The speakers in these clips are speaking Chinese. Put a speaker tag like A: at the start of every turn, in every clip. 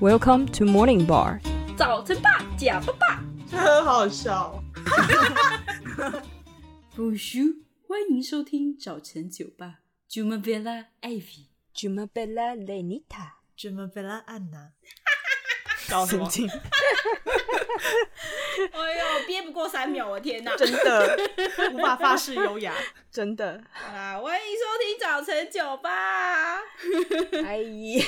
A: Welcome to Morning Bar。
B: 早晨吧，假爸爸，
C: 很 好笑。
B: Bonjour，欢迎收听早晨酒吧 j u m a v e l a Ivy。
A: j u m a b e l a Lenita。
C: 怎么被拉按呢？搞什么？
B: 哎呦，憋不过三秒，我天哪！
C: 真的无法发誓优 雅。
A: 真的，
B: 好啦，欢迎收听早晨酒吧。
A: 哎姨，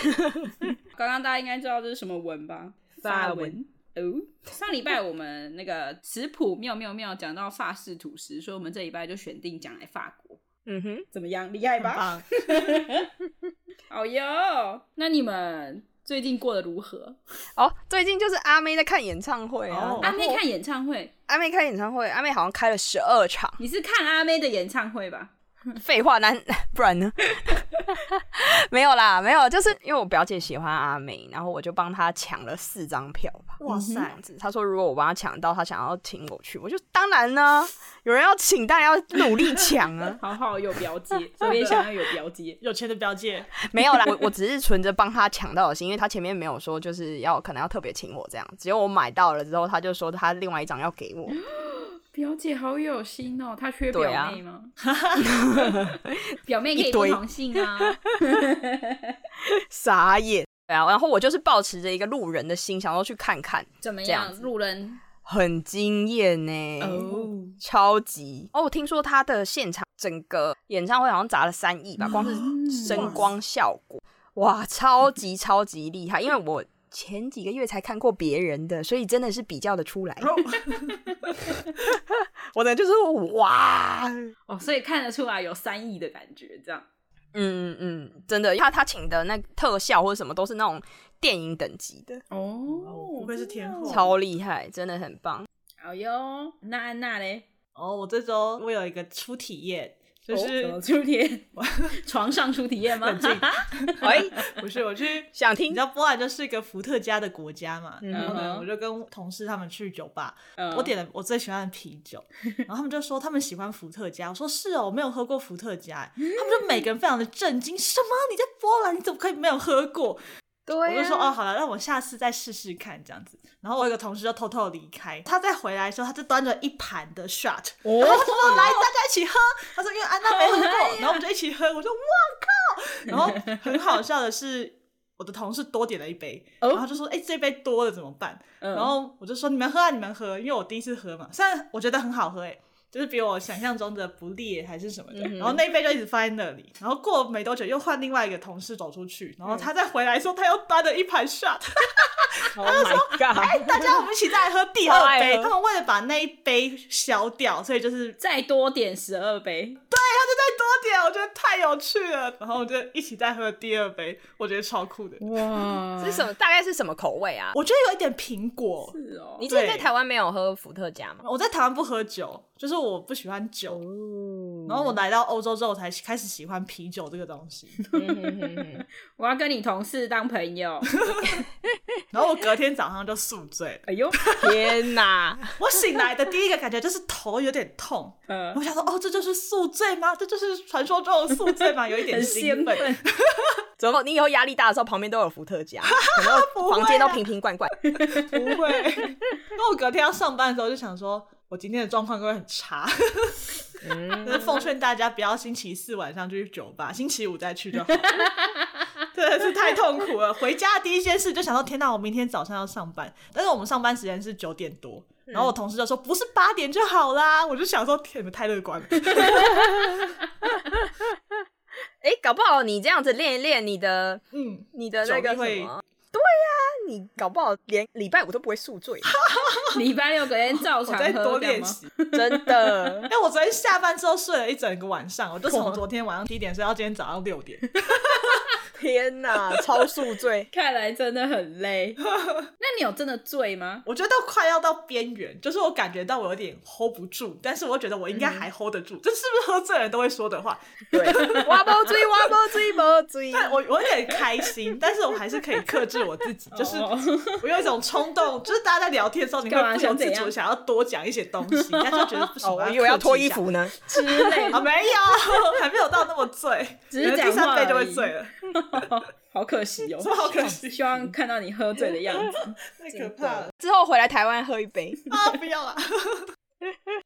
B: 刚刚大家应该知道这是什么文吧？
A: 法
B: 文。哦，上礼拜我们那个食谱妙妙妙讲到法式吐司，所以我们这礼拜就选定讲来法国，
A: 嗯哼，
B: 怎么样？厉害
C: 很
B: 吧？
C: 棒，
B: 哦哟，那你们最近过得如何？
A: 哦，最近就是阿妹在看演唱会啊
C: 哦，
B: 阿妹看演唱会，。
A: 阿妹开演唱会，阿妹好像开了十二场
B: 你是看阿妹的演唱会吧？
A: 废话，难不然呢？ 没有啦，没有，就是因为我表姐喜欢阿妹，然后我就帮她抢了四张票吧。
C: 哇
A: 这
C: 塞
A: 样！子她说如果我帮她抢到，她想要请我去，我就当然呢，有人要请，当然要努力抢啊。
B: 好好有表 姐，我也想要有表姐。
C: 有钱的表姐，
A: 没有啦，我我只是存着帮他抢到的心，因为他前面没有说就是要可能要特别请我这样，只有我买到了之后，他就说他另外一张要给我，
B: 表姐好有心哦，她缺
A: 对啊
B: 表 妹吗？表妹可以
A: 一
B: 不
A: 堆
B: 同姓 啊。
A: 傻眼。对啊，然后我就是抱持着一个路人的心，想要去看看，
B: 怎么
A: 这样哎
B: 样？路人
A: 很惊艳呢、
B: 哦，
A: 超级哦！我听说他的现场整个演唱会好像砸了三亿吧，光是声光效果，嗯哇，超级超级厉害！因为我前几个月才看过别人的，所以真的是比较的出 来。 我呢就是哇，
B: 哦，所以看得出来有三亿的感觉，这样。
A: 嗯嗯，嗯，真的，他他请的那个特效或者什么都是那种电影等级的，
B: 哦
C: 不愧是天后
A: 超厉害，真的很棒。
B: 好哟，那安娜嘞？
C: 哦，我这周我有一个初体验，就
B: 哦
C: 是
B: 什么初体验， 床上初体验吗？
C: 冷静
A: 哎，
C: 不是我去。
A: 想
C: 你
A: 听
C: 知？道波兰就是一个伏特加的国家嘛？
A: 嗯
C: 然后
B: 嗯
C: 呢，
B: 哼
C: 我就跟同事他们去酒吧，
B: 嗯
C: 我点了我最喜欢的啤酒，然后他们就说他们喜欢伏特加，我说是哦，我没有喝过伏特加欸，他们就每个人非常的震惊，什么？你在波兰，你怎么可以没有喝过？
A: 对啊
C: 我就 说
B: 啊
C: 哦，，好了，让我下次再试试看这样子。然后我有一个同事就偷偷离开，他再回来的时候，他就端着一盘的 shot，
B: 哦
C: 然后他说来大家一起喝。他说因为安娜没喝过，然后我们就一起喝。我说哇靠！然后很好笑的是，我的同事多点了一杯，
B: 哦
C: 然后就说哎、这杯多了怎么办？
B: 嗯
C: 然后我就说你们喝啊，你们喝，因为我第一次喝嘛，虽然我觉得很好喝哎、就是比我想象中的不烈还是什么的，然后那一杯就一直放在那里，然后过没多久又换另外一个同事走出去，然后他再回来说他又端了一盘 shot，、
A: ，Oh my
C: 哎
A: god，
C: 大家我们一起再来喝第二
A: 好
C: 杯
A: 爱，喝
C: 他们为了把那一杯消掉，所以就是
B: 再多点十二杯，
C: 再多点，我觉得太有趣了，然后我就一起再喝第二杯，我觉得超酷的，
B: 哇
A: 是什么？大概是什么口味啊？
C: 我觉得有一点苹果，
B: 是哦，
A: 你之前
C: 对
A: 在台湾没有喝伏特加吗？
C: 我在台湾不喝酒，就是我不喜欢酒，
A: 嗯
C: 然后我来到欧洲之后才开始喜欢啤酒这个东西，
A: 嗯
B: 我要跟你同事当朋 友。
C: 然后我隔天早上就宿醉，
B: 哎呦，
A: 天哪，
C: 我醒来的第一个感觉就是头有点痛，
B: 嗯
C: 我想说哦，这就是宿醉吗？这就是传说中的宿醉吗？有一点
B: 很
C: 兴
B: 兴
C: 奋，
B: 奋，
A: 怎么你以后压力大的时候旁边都有伏特加，然后房间都瓶瓶罐罐？
C: 不会。那我隔天要上班的时候就想说。我今天的状况会不会很差，就是奉劝大家不要星期四晚上就去酒吧，星期五再去就好了。真的是太痛苦了。回家的第一件事就想到，天哪，我明天早上要上班，但是我们上班时间是九点多，然后我同事就说不是八点就好啦，我就想说，天，你们太乐观了。
A: 哎，搞不好你这样子练一练，你的
C: 嗯，
A: 你的那个
C: 酒力
A: 什
C: 会
A: 么？对啊呀，你搞不好连礼拜五都不会宿醉，
B: 礼拜六隔天照
C: 我
B: 常
C: 再
B: 喝，
C: 多
B: 这样
C: 练
B: 吗！
C: 习。
A: 真的。
C: 哎、我昨天下班之后睡了一整个晚上，我就从昨天晚上七点睡到今天早上六点。
A: 天哪，超宿醉
B: 看来真的很 累。那你有真的醉吗？
C: 我觉得快要到边缘，就是我感觉到我有点 hold 不住，但是我觉得我应该还 hold 得住，这是不是喝醉的人都会说的话？
A: 对，我不醉，我不醉，不醉。
C: 但我我有点开心，但是我还是可以克制我自己，就是
B: 哦
C: 我有一种冲动，就是大家在聊天的时候，你会
B: 干嘛
C: 不由
B: 想
C: 自
B: 怎
C: 主
B: 样
C: 想要多讲一些东西，但是又觉得不 行，
A: 哦，我
C: 我
A: 以为要
C: 克制
A: 脱
C: 一
A: 衣
C: 下
A: 服呢。
B: 之类
C: 啊，
B: 的，
C: 没有，还没有到那么醉，
B: 只是
C: 可能第
B: 讲话
C: 三杯就
B: 而
C: 会
B: 已
C: 醉了。
B: 好可惜哦，
C: 这好可惜
B: 希望看到你喝醉的样 子。
C: 太可怕了
A: 之后回来台湾喝一杯。
C: 啊！不 要啦，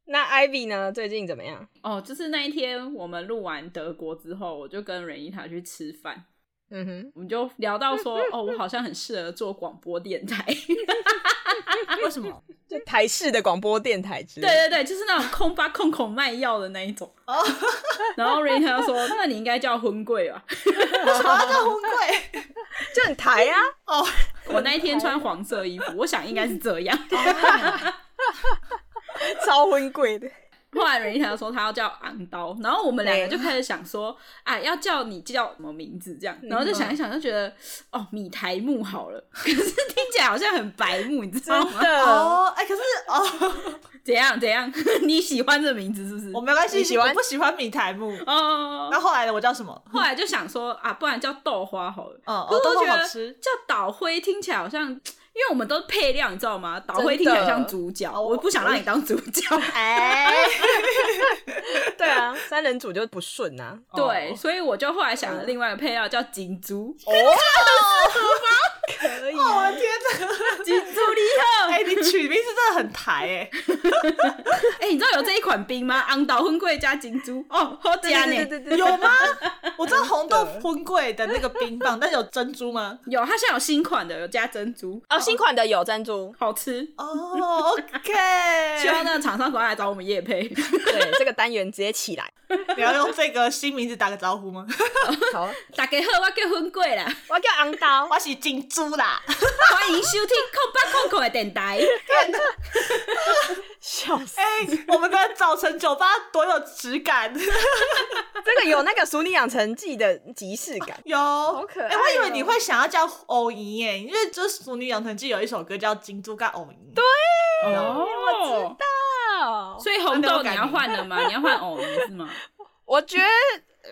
A: 那 Ivy 呢？最近怎么样？
B: 哦，就是那一天我们录完德国之后，我就跟瑞妮塔去吃饭，
A: 嗯哼，
B: 我们就聊到说，哦，我好像很适合做广播电台。
C: 为什么？
A: 就台式的广播电台之类
B: 对
A: 的。
B: 对对，就是那种空巴空口卖药的那一种。
C: 哦，
B: 然后瑞妮塔就说，那你应该叫婚贵 吧。
C: 为什么要叫红贵？
A: 就很台啊。
C: 哦，
B: 我那一天穿黄色衣服，我想应该是这样。
A: 超婚贵的，
B: 后来瑞妮塔说她要叫昂刀，然后我们两个就开始想说，啊，要叫你叫什么名字这样，然后就想一想，就觉得哦，米台木好了，可是听起来好像很白目，你知道吗？
A: 的。
C: 哦，哎，可是哦，
B: 怎样怎样？ 你喜欢这名字是不是
C: 我？没关系，
A: 你喜欢
C: 我不喜欢米台木。
B: 哦
C: 那，后来呢？我叫什么？
B: 后来就想说啊，不然叫豆花好了。
C: 嗯，
B: 可
C: 哦
B: 是
C: 豆
B: 我
C: 腐
B: 觉
C: 好
B: 得
C: 吃。
B: 叫岛灰听起来好像，因为我们都是配料，你知道吗？岛灰
A: 真
B: 听
A: 的
B: 起来像主角，我不想让你当主角。
C: 哎，
A: 对啊，三人组就不顺啊。
B: 对，所以我就后来想了另外一个配料叫锦珠，
A: 哦，可以
C: 哦， 我
A: 啊。
C: 的天哪！
B: 锦珠 厉害。
C: 哎，你取名字真的很台哎。
B: 哎、你知道有这一款冰吗？昂岛荤桂加金珠哦，好
A: 对
B: 加呢。
A: 对对对对，
C: 有吗？我知道红豆荤桂的那个冰 棒，但有珍珠吗？
B: 有，它现在有新款的，有加珍珠，
A: 哦，新款的有珍珠，
B: 好吃。
C: 哦，OK，
A: 啊
B: 希望那个厂商赶快来找我们叶 配。
A: 对，这个单元直接起来。
C: 你要用这个新名字打个招呼吗？
A: 好，
B: 大家好，我叫荤桂啦，
A: 我叫昂刀。
C: 我是金珠啦，
B: 欢迎收听空八空口的电台。
A: 笑死！
C: 哎，我们的早晨酒吧多有质感，
A: 这个有那个《熟女养成记》的即视感，
C: 有好
A: 可爱
C: 哎，我以为
A: 哦
C: 你会想要叫偶姨耶，因为就是《熟女养成记》有一首歌叫《金珠跟偶姨》，对，
B: 哦，
A: 哦，
B: 所以红
C: 那
B: 豆
C: 我
B: 你
C: 改
B: 要
C: 名
B: 换了吗？你要换藕泥 是吗？
A: 我觉得，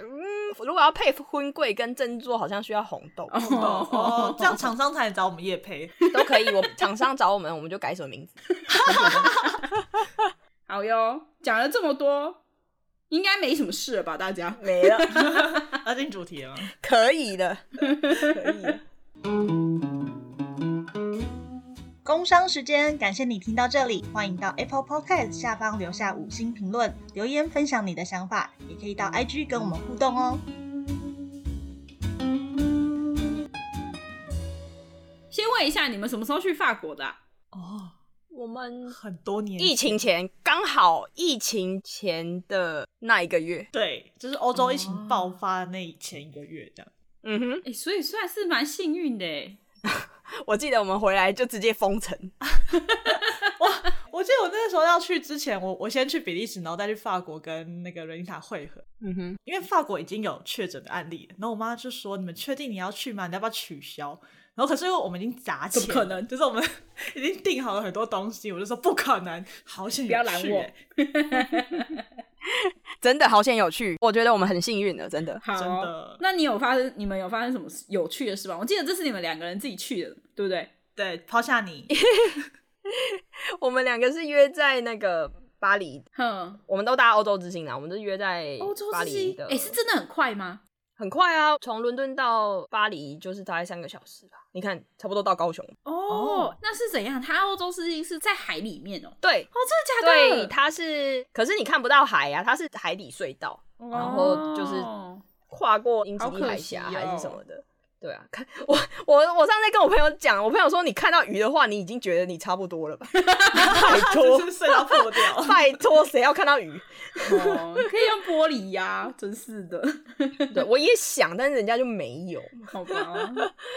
A: 嗯，如果要配婚贵跟珍珠，好像需要红豆，
C: 哦，这样厂商才能找我们叶配。
A: 都可以。我厂商找我们，我们就改什么名字？
B: 好哟，讲了这么多，应该没什么事了吧？大家
A: 没了，
C: 要进主题了吗？
A: 可以的，可以 的。
D: 工商时间，感谢你听到这里，欢迎到 Apple Podcast 下方留下五星评论，留言分享你的想法，也可以到 IG 跟我们互动哦。
B: 先问一下，你们什么时候去法国的啊、
C: 哦，
A: 我们
C: 很多年
A: 疫情前刚好疫情前的那一个月，
C: 对，就是欧洲疫情爆发的那前一个月这样。
A: 嗯哼，
B: 哎、所以算是蛮幸运的哎。
A: 我记得我们回来就直接封城，
C: 我记得我那个时候要去之前，我我先去比利时，然后再去法国跟那个瑞妮塔会合，
A: 嗯哼，
C: 因为法国已经有确诊的案例了。然后我妈就说：“你们确定你要去吗？你要不要取消？”然后可是因为我们已经砸钱，
B: 怎么可能
C: 就是我们 已经订好了很多东西，我就说不可能，好险有
B: 不要拦
C: 去
B: 我
C: 欸
A: 真的好险有趣，我觉得我们很幸运的， 真的。
B: 好，哦
C: 真的
B: 那你有发生你们有发生什么有趣的事吗？我记得这是你们两个人自己去的，对不对？
C: 对，抛下 你，
A: 我们两个是约在那个巴黎，
B: 哼，
A: 我们都搭欧洲之星啦，我们就约在
B: 欧洲
A: 巴
B: 之
A: 黎
B: 星，
A: 的，
B: 哎、是真的很快吗？
A: 很快啊，从伦敦到巴黎就是大概三个小时吧，你看差不多到高雄。
B: 哦，
C: 哦
B: 那是怎样？它欧洲之星是在海里面哦。
A: 对，
B: 哦，真的假的？
A: 对，它是，可是你看不到海啊，它是海底隧道，然后就是
B: 哦
A: 跨过英吉利海峡
B: 好可惜哦
A: 还是什么的。对啊，看我我我上次跟我朋友讲，我朋友说你看到鱼的话，你已经觉得你差不多 了吧？拜托？
C: 是，不是睡到破掉
A: 拜托，谁要看到鱼？
B: 哦可以用玻璃呀、真是的，
A: 对我也想，但是人家就没有。
B: 好吧，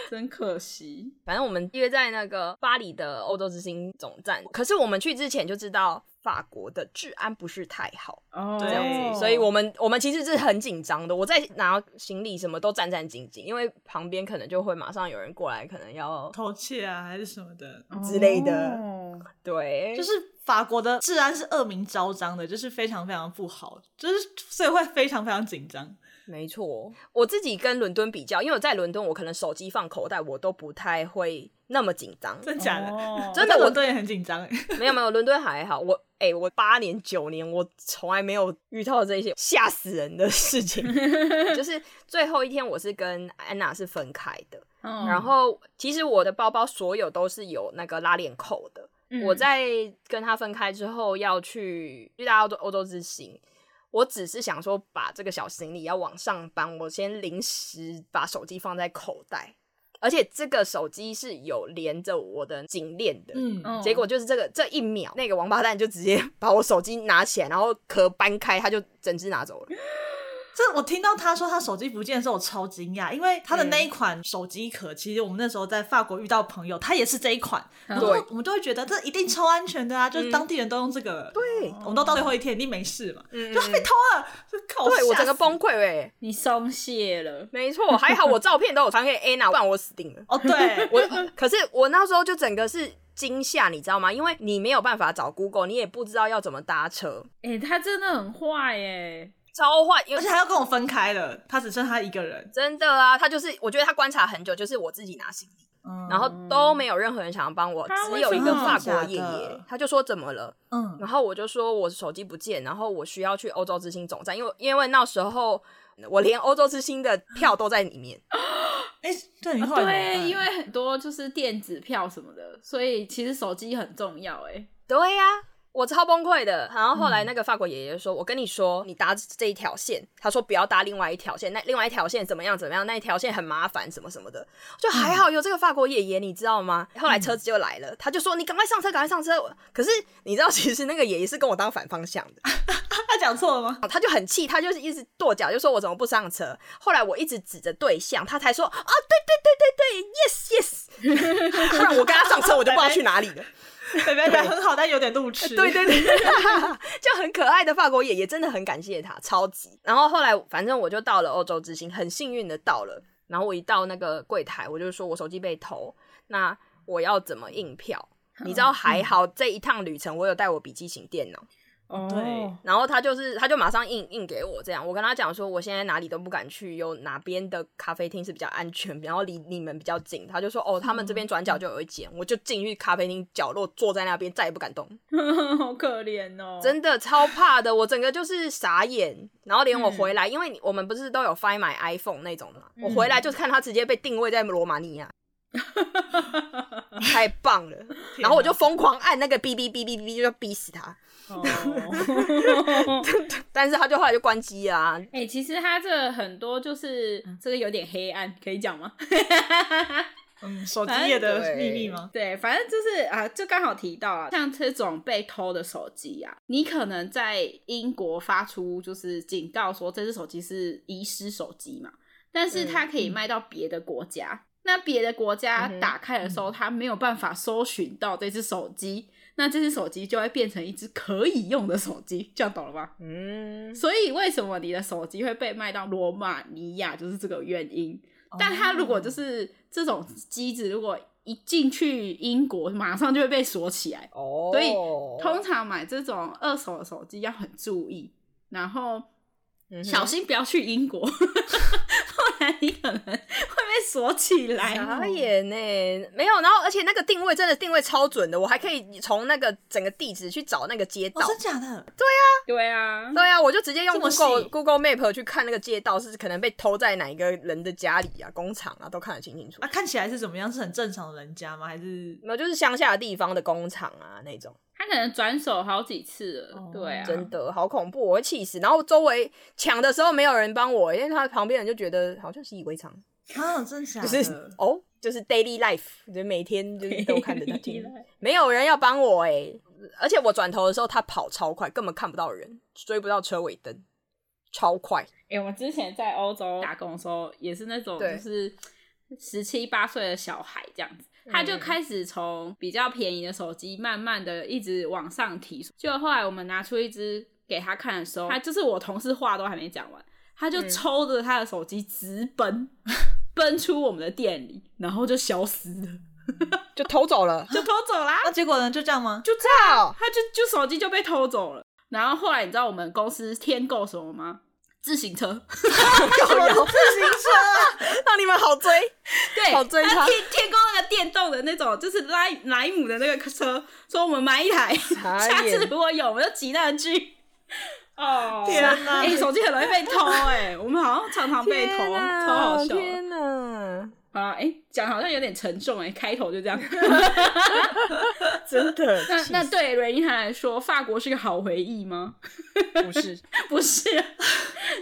B: 真可惜。
A: 反正我们约在那个巴黎的欧洲之星总站，可是我们去之前就知道法国的治安不是太好，
B: 哦，
C: 对
A: 这样子，所以我们我们其实是很紧张的。我在拿行李什么都战战兢兢，因为旁边可能就会马上有人过来，可能要
C: 偷窃啊，还是什么的？
A: 之类的
B: 哦
A: 对，
C: 就是法国的治安是恶名昭彰的，就是非常非常不好，就是所以会非常非常紧张。
A: 没错，我自己跟伦敦比较，因为我在伦敦，我可能手机放口袋，我都不太会那么紧张。
C: 真假的？
B: 哦
A: 真
C: 真
A: 的
C: 的，
A: 我
C: 我对也很紧张哎。
A: 没有没有，伦敦还好。我哎、我八年九年，我从来没有遇到这些 吓死人的事情。就是最后一天，我是跟安娜是分开的。
B: 嗯
A: 然后其实我的包包所有都是有那个拉链扣的。
B: 嗯
A: 我在跟他分开之后要去去大欧洲欧洲之行，我只是想说把这个小行李要往上搬，我先临时把手机放在口袋，而且这个手机是有连着我的颈链的。
C: 嗯，
B: 嗯
A: 结果就是这个这一秒，那个王八蛋就直接把我手机拿起来，然后壳搬开，他就整只拿走 了。
C: 这我听到他说他手机不见的时候，我超惊讶，因为他
A: 嗯
C: 的那一款手机壳，其实我们那时候在法国遇到朋友，他也是这一款，然后
A: 嗯对嗯
C: 我们都会觉得这一定超安全的啊，就是当地人都用这个，
A: 对，
C: 我们都到最后一天一定没事嘛，
A: 嗯，
C: 就被偷了，就靠，
A: 对我整个
C: 吓死
A: 崩溃哎、
B: 你松懈了，
A: 没错，还好我照片都有传给 Anna，不然我死定了。，
C: 哦，对
A: 我可是我那时候就整个是惊吓，你知道吗？因为你没有办法找 Google，你也不知道要怎么搭车，
B: 哎、他真的很坏哎、
A: 超坏，因
C: 而
A: 为
C: 且他要跟我分开了，他只剩他一个人，
A: 真的啊，他就是我觉得他观察很久，就是我自己拿行李，
C: 嗯
A: 然后都没有任何人想要帮我，
B: 他
A: 只有一个法国爷
C: 为什么假
A: 爷
C: 的，
A: 他就说怎么了，
C: 嗯，
A: 然后我就说我手机不见，然后我需要去欧洲之星总站，因为因为那时候我连欧洲之星的票都在里面，
C: 哎，对，你后来怎么办
B: 啊对，因为很多就是电子票什么的，所以其实手机很重要哎、
A: 对呀、我超崩溃的。然后后来那个法国爷爷说：“我跟你说，你搭这一条线，他说不要搭另外一条线，那另外一条线怎么样怎么样，那一条线很麻烦什么什么的。”就还好有这个法国爷爷，你知道吗？后来车子就来了，他就说：“你赶快上车，赶快上车。”可是你知道，其实那个爷爷是跟我当反方向的，
C: 他讲错了 吗？
A: 他就很气，他就是一直跺脚，就说我怎么不上车。后来我一直指着对象，他才说：“啊，对对对对对，yes yes。” 不然我跟他上车，我就不知道去哪里了。
C: 北北北很好，但有点路痴，
A: 对对对， 就很可爱的法国爷爷，真的很感谢他，超级。然后后来反正我就到了欧洲之星，很幸运的到了。然后我一到那个柜台，我就说我手机被偷，那我要怎么印票？你知道还好这一趟旅程我有带我笔记型电脑，
B: 哦
C: 对
A: 然后他就是他就马上印印给我这样，我跟他讲说我现在哪里都不敢去，有哪边的咖啡厅是比较安全，然后离你们比较近，他就说哦他们这边转角就有一间，我就进去咖啡厅角落坐在那边再也不敢动。
B: 好可怜哦，
A: 真的超怕的，我整个就是傻眼，然后连我回来，因为你我们不是都有 Find My iPhone 那种的嘛，我回来就看他直接被定位在罗马尼亚，太棒了！
C: 天哪
A: 然后我就疯狂按那个哔哔哔哔哔，就要逼死他，
B: 哦。
A: 但是他就后来就关机啊，
B: 哎、其实他这很多就是嗯这个有点黑暗，可以讲吗？
C: 嗯，手机业的
A: 对
C: 秘密吗？
B: 对，反正就是啊，就刚好提到啊，像这种被偷的手机啊，你可能在英国发出就是警告说这只手机是遗失手机嘛，但是它可以卖到别的国家。那别的国家打开的时候，它没有办法搜寻到这只手机，那这只手机就会变成一只可以用的手机，这样懂了吗？
A: 嗯，
B: 所以为什么你的手机会被卖到罗马尼亚，就是这个原因。但它如果就是这种机子，如果一进去英国，马上就会被锁起来。
A: 哦
B: 所以通常买这种二手的手机要很注意，然后
A: 嗯
B: 小心不要去英国， 不然你可能会被锁起来。哦
A: 傻眼呢、没有，然后而且那个定位真的定位超准的，我还可以从那个整个地址去找那个街道
C: 哦，，真假的？
B: 对啊，
A: 对啊，我就直接用
C: 这么
A: Google
C: 细
A: Google Map 去看那个街道是可能被偷在哪一个人的家里啊、工厂啊，都看得清清楚
C: 啊，。看起来是怎么样？是很正常的人家吗？还是
A: 没有，就是乡下的地方的工厂啊那种，
B: 他可能转手好几次了。
C: 哦
B: 对啊，
A: 真的好恐怖，我会气死。然后周围抢的时候没有人帮我，因为他旁边人就觉得好像习以为常，
C: 啊，真假
A: 就
C: 的？
A: 是哦，就是 daily life，就是每天就是都看着他
B: Daily
A: 听
B: life，
A: 没有人要帮我哎、而且我转头的时候他跑超快，根本看不到人，追不到车尾灯，超快。
B: 哎、我之前在欧洲打工的时候，也是那种
A: 对
B: 就是十七八岁的小孩这样子，他就开始从比较便宜的手机，慢慢的一直往上提。就后来我们拿出一只给他看的时候，他就是我同事话都还没讲完，他就抽 着他的手机直奔、奔出我们的店里，然后就消失了。
A: 就偷走了。
B: 就偷走啦。
C: 那结果呢？就这样吗？
B: 就这样
A: 靠，
B: 他就就手机就被偷走了。然后后来你知道我们公司添购什么吗？自行车，
C: 就有自行车
A: 让你们好追，
B: 对，
A: 好追
B: 他
A: 他
B: 添添购那个电动的那种，就是莱莱姆的那个车，说我们买一台，
A: 傻
B: 下
A: 眼
B: 次如果有，我们就骑那去。哦，
A: 啊
C: 天哪
B: 哎、手机很容易被偷哎、我们好像常常被偷，
A: 天啊
B: 超好笑的。
A: 天哪，
B: 好啦，哎、讲好像有点沉重哎、开头就 这样。
A: 真的
B: 那那对瑞英涵来说，法国是个好回忆吗？
A: 不是
B: 不是。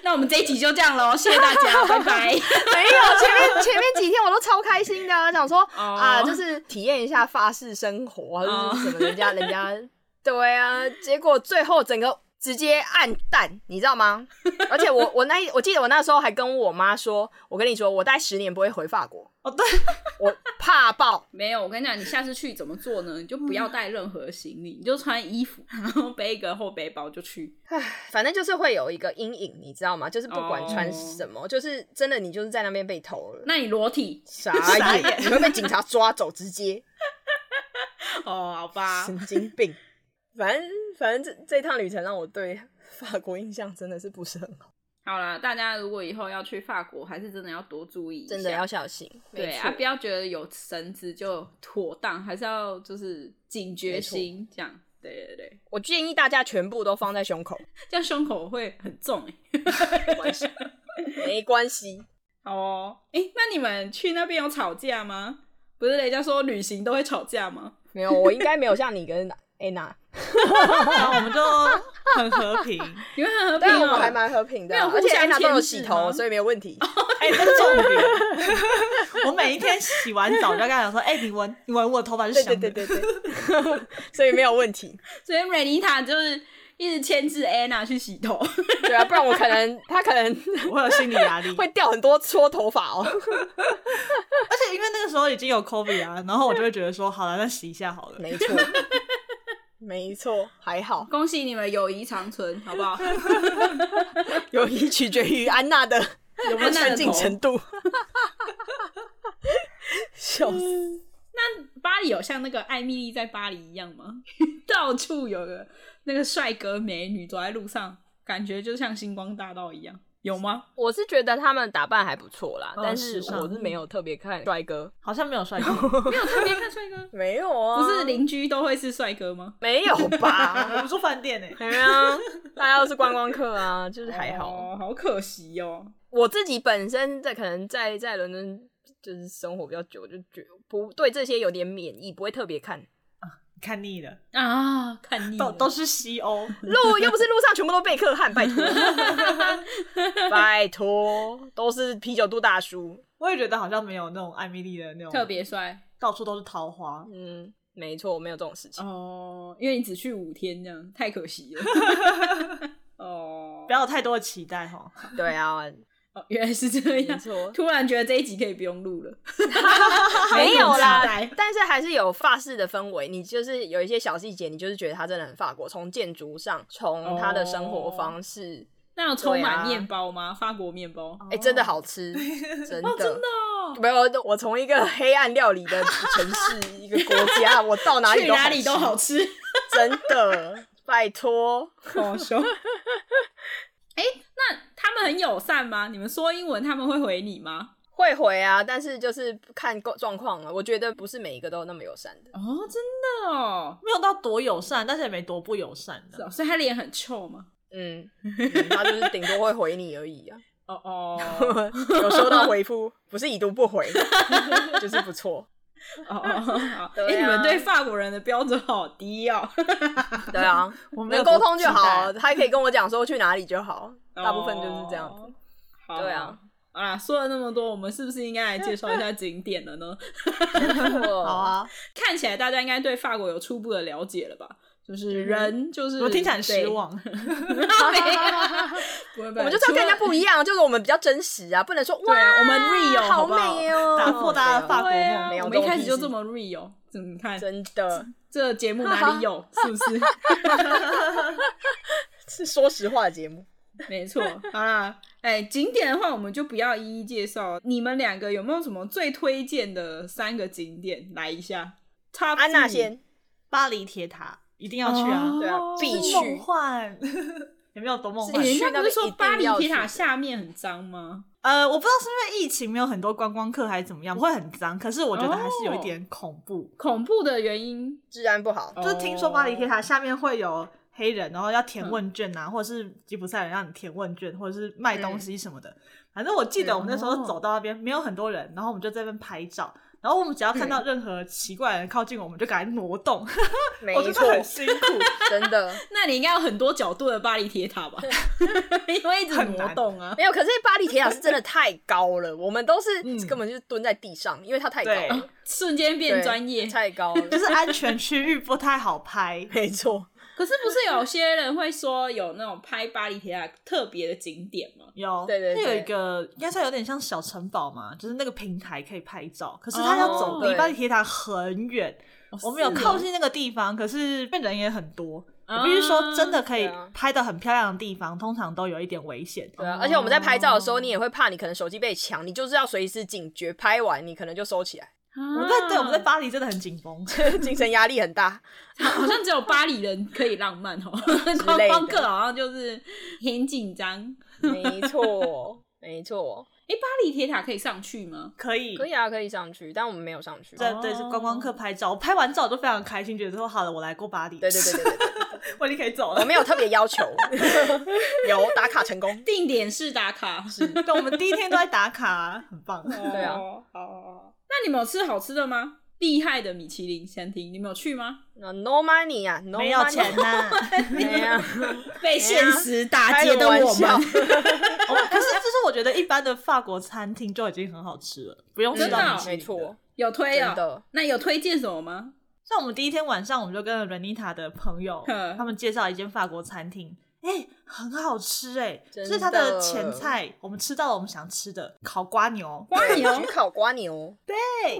B: 那我们这一集就这样喽，谢谢大家，拜拜。
A: 没有。前面前面几天我都超开心 的、啊，想说、
B: 哦
A: 啊，就是体验一下法式生活，
B: 哦
A: 就是什么人家人家对啊，结果最后整个。直接暗淡，你知道吗？而且我我那一我记得我那时候还跟我妈说，我跟你说，我待十年不会回法国，
C: 哦，对，
A: 我怕爆。
B: 没有，我跟你讲，你下次去怎么做呢？你就不要
A: 嗯
B: 带任何行李，你就穿衣服，然后背一个后背包就去。
A: 反正就是会有一个阴影，你知道吗？就是不管穿
B: 哦
A: 什么就是真的你就是在那边被偷了，
B: 那你裸体
A: 傻
C: 傻
A: 眼，你会被警察抓走，直接
B: 哦，好吧
A: 神经病。啊 反正反正这这趟旅程让我对法国印象真的是不是很好，
B: 好啦，大家如果以后要去法国，还是真的要多注意一下，
A: 真的要小心。
B: 对
A: 没
B: 啊，
A: 错
B: 不要觉得有绳子就妥当，还是要就是警觉心这样。对对对，
A: 我建议大家全部都放在胸口，
B: 这样胸口会很重哎、
A: 没关系。
B: 好哦，哎、那你们去那边有吵架吗？不是人家说旅行都会吵架吗？
A: 没有，我应该没有像你跟 Anna，
C: 然后我们就很和 平。哎
B: 你们很和平、
A: 但
B: 哦，
A: 我们还蛮和平的
B: 没有
A: 啊，
B: 互
A: 而且
B: 相
A: Anna 都啊有
B: 牵
A: 洗
B: 制吗
A: 头，所以没有问题。
C: 哎，这是重点。我每一天洗完澡就跟他讲说：“哎，你闻，你闻我头发是
A: 对
C: 香
A: 对
C: 的。”
A: 对对对， 所以没有问题。
B: 所以瑞妮塔就是一直牵制 Anna 去洗头，
A: 对啊，不然我可能他可能
C: 我有心理压力。
A: 会掉很多撮头发哦。
C: 而且因为那个时候已经有 COVID 啊，然后我就会觉得说：“好了，那洗一下好
B: 嗯
C: 了。
A: 没错，没错，还好，
B: 恭喜你们友谊长存，好不好？
A: 友谊取决于安娜的有没有
B: 安娜的
A: 上进
B: 头
A: 程度。 笑死！
B: 巴黎有像那个艾米丽在巴黎一样吗？ 到处有个那个帅哥美女走在路上，感觉就像星光大道一样，有吗？
A: 我是觉得他们打扮还不错啦，
C: 嗯
A: 但是
C: 时尚
A: 我是没有特别看帅哥，”
C: 好像没有帅哥，
B: 没有特别看帅哥，
A: 没有啊，
B: 不是邻居都会是帅哥吗？
A: 没有吧？
C: 啊 我们住饭店欸呢。
A: 没啊，大家都是观光客啊，就是还好。
B: 哦，好可惜哦。
A: 我自己本身在可能在在伦敦就是生活比较久，就觉不对这些有点免疫，不会特别 看
C: 看腻了，
B: 啊，看腻
C: 都
B: 了，
C: 都是西欧。
A: 路又不是路上全部都贝克汉，拜托， 拜托，都是啤酒肚大叔。
C: 我也觉得好像没有那种艾米丽的那种
B: 特，别帅
C: 到处都是桃花。
A: 嗯，没错，没有这种事情。
B: 哦，因为你只去五天，这样太可惜了。 哦
C: 不，要有太多的期待哈。
A: 对啊，
B: 哦原来是这
A: 没
B: 样。
A: 错，
B: 突然觉得这一集可以不 用录了，
A: 没有啦
B: 没什么期待，
A: 但是还是有法式的氛围。你就是有一些小细节，你就是觉得他真的很法国，从建筑上，从他的生
B: 哦
A: 活方式，
B: 那有充
A: 对啊
B: 满面包吗？法国面包？
A: 哎、真的好 吃，真的。
B: 哦，真的哦，
A: 没有，我从一个黑暗料理的城市，一个国家，我到哪里
B: 去
A: 都
B: 哪里都
A: 好
B: 好吃，
A: 吃，真的，拜托。
B: 好凶。哎，那他们很友善吗？你们说英文他们会回你吗？
A: 会回啊，但是就是看够状况了。我觉得不是每一个都那么友善的。
B: 哦，真的哦，
C: 没有到多友善，但是也没多不友善啊
B: 是
C: 的。
B: 哦，所以他脸很臭吗？
A: 嗯，嗯他就是顶多会回你而已啊。
B: 哦哦
A: 有收到回复，不是已读不 回，就是不错。
B: 哦哦，好
A: 对啊
B: 哎，你们对法国人的标准好低哦。
A: 对啊，
C: 我们
A: 能沟通就好，他可以跟我讲说去哪里就好， 大部分就是这样子
B: 哦。。好
A: 对啊，
B: 好啦，说了那么多，我们是不是应该来介绍一下景点 了呢？
A: 好
C: 好，啊，
B: 看起来大家应该对法国有初步的了解了吧？就是
A: 嗯
B: 人，就是
C: 我听起来很失，望。
B: 对没有不会不会
A: 我们就是要跟人家不一样，就是我们比较真实啊，不能说
B: 对啊
A: 哇，
B: 我们 real，好
A: 好
B: 不好
A: 美哦，
C: 打破大家的法国
B: 对
C: 梦
B: 啊
A: 没，有
B: 我
A: 这
B: 们
A: 种
B: 一开始
A: 屁
B: 就
A: 事
B: 这么 real，你嗯看
A: 真 的
B: 这 个节目哪里有，是不是？
A: 是说实话的节目。
B: 没错，好啦，哎，景点的话我们就不要一一介绍，你们两个有没有什么最推荐的三个景点？来一下，Top
A: 安娜
B: three
A: 先，
C: 巴黎铁塔一定要去啊，
A: 对啊
B: 哦
A: 必
C: 就是
A: 须
C: 梦幻， 有没有多梦
A: 是
C: 幻
A: 你？
B: 哎人
A: 去
B: 家
A: 那
B: 不
A: 边
B: 是
A: 一
B: 说
A: 定
B: 巴黎
A: 要
B: 铁
A: 去
B: 塔
A: 的
B: 下面很脏吗？
C: 呃，我不知道是因为疫情没有很多观光客还是怎么样，会很脏，可是我觉得还是有一
A: 哦
C: 点恐怖。
B: 恐怖的原因，哦
A: 治安不好，
C: 就是听说巴黎铁塔下面会有黑人，然后要填
B: 嗯
C: 问卷啊，或者是吉普赛人让你填问卷，或者是卖
A: 嗯
C: 东西什么的。反正我记得我们那时候
B: 嗯
C: 走到那边没有很多人，然后我们就在那边拍照。然后我们只要看
A: 嗯
C: 到任何奇怪的人靠近我们，就赶快挪动。
A: 没
C: 我觉
A: 错
C: 得，很辛苦，
A: 真的
B: 那你应该有很多角度的巴黎铁 塔吧？因为一直
C: 很
B: 挪
C: 难
B: 动啊。
A: 没有。可是巴黎铁塔是真的太高了，我们都是
C: 嗯
A: 根本就是蹲在地上，因为它太高
C: 对
A: 了，
B: 瞬间变
A: 对
B: 专 业。
A: 太高了
C: 就，是安全区域不太好拍。
A: 没错，
B: 可是不是有些人会说有那种拍巴黎铁塔特别的景点吗？
C: 有，
A: 对对
C: 那
A: 对
C: 有一个应该算有点像小城堡嘛，就是那个平台可以拍照，可是它要走
A: 哦
C: 离巴黎铁塔很远。我们有
B: 是哦
C: 靠近那个地方，可是人也很多。
B: 啊
C: 我必须说，真的可以
A: 对啊
C: 拍的很漂亮的地方，通常都有一点危险。
A: 对啊。而且我们在拍照的时候，你也会怕你可能手机被抢，你就是要随时警觉，拍完你可能就收起来，
C: 我
B: 我
C: 们在对我们在巴黎真的很紧绷，
A: 精神压力很大。
B: 好像只有巴黎人可以浪漫哦，
A: 之类
B: 观
A: 的
B: 光客好像就是很紧张。
A: 没错，没错，
B: 哎、巴黎铁塔可以上去吗？
C: 可以。
A: 可以啊，可以上去，但我们没有上去。
C: 对
A: 对
B: 哦
C: 对，观光客拍照，我拍完照我就非常开心，觉得说好了，我来过巴黎，
A: 对对对对对，
C: 我已经可以走
A: 我
C: 了。
A: 没有特别要求，有打卡成功。
B: 定点式打卡是。
C: 对，我们第一天都在打卡，很棒。
A: 对啊
B: 哦，好好好。那你们有吃好吃的吗？厉害的米其林餐厅，你们有去吗？
A: 那 no money 啊，no
C: 没有钱
A: money
C: 呐、
A: 没有，
B: 被现实打
A: 哎开
B: 击
A: 个
B: 的
A: 玩
B: 我
A: 笑
B: 们，，
C: 哦可是就是我觉得一般的法国餐厅就已经很好吃了，不用吃
B: 真的
C: 到
B: 哦
C: 米其
A: 啊没
C: 林的
A: 错，
B: 有推
A: 真
B: 哦。
A: 的，
B: 那有推荐什么吗？
C: 像我们第一天晚上，我们就跟 Renita 的朋友，
B: 嗯
C: 他们介绍一间法国餐厅，哎、很好吃哎、
A: 真的
C: 就是它的前菜，我们吃到了我们想吃的烤瓜牛，
B: 瓜牛，
A: 焗烤瓜牛，
B: 哦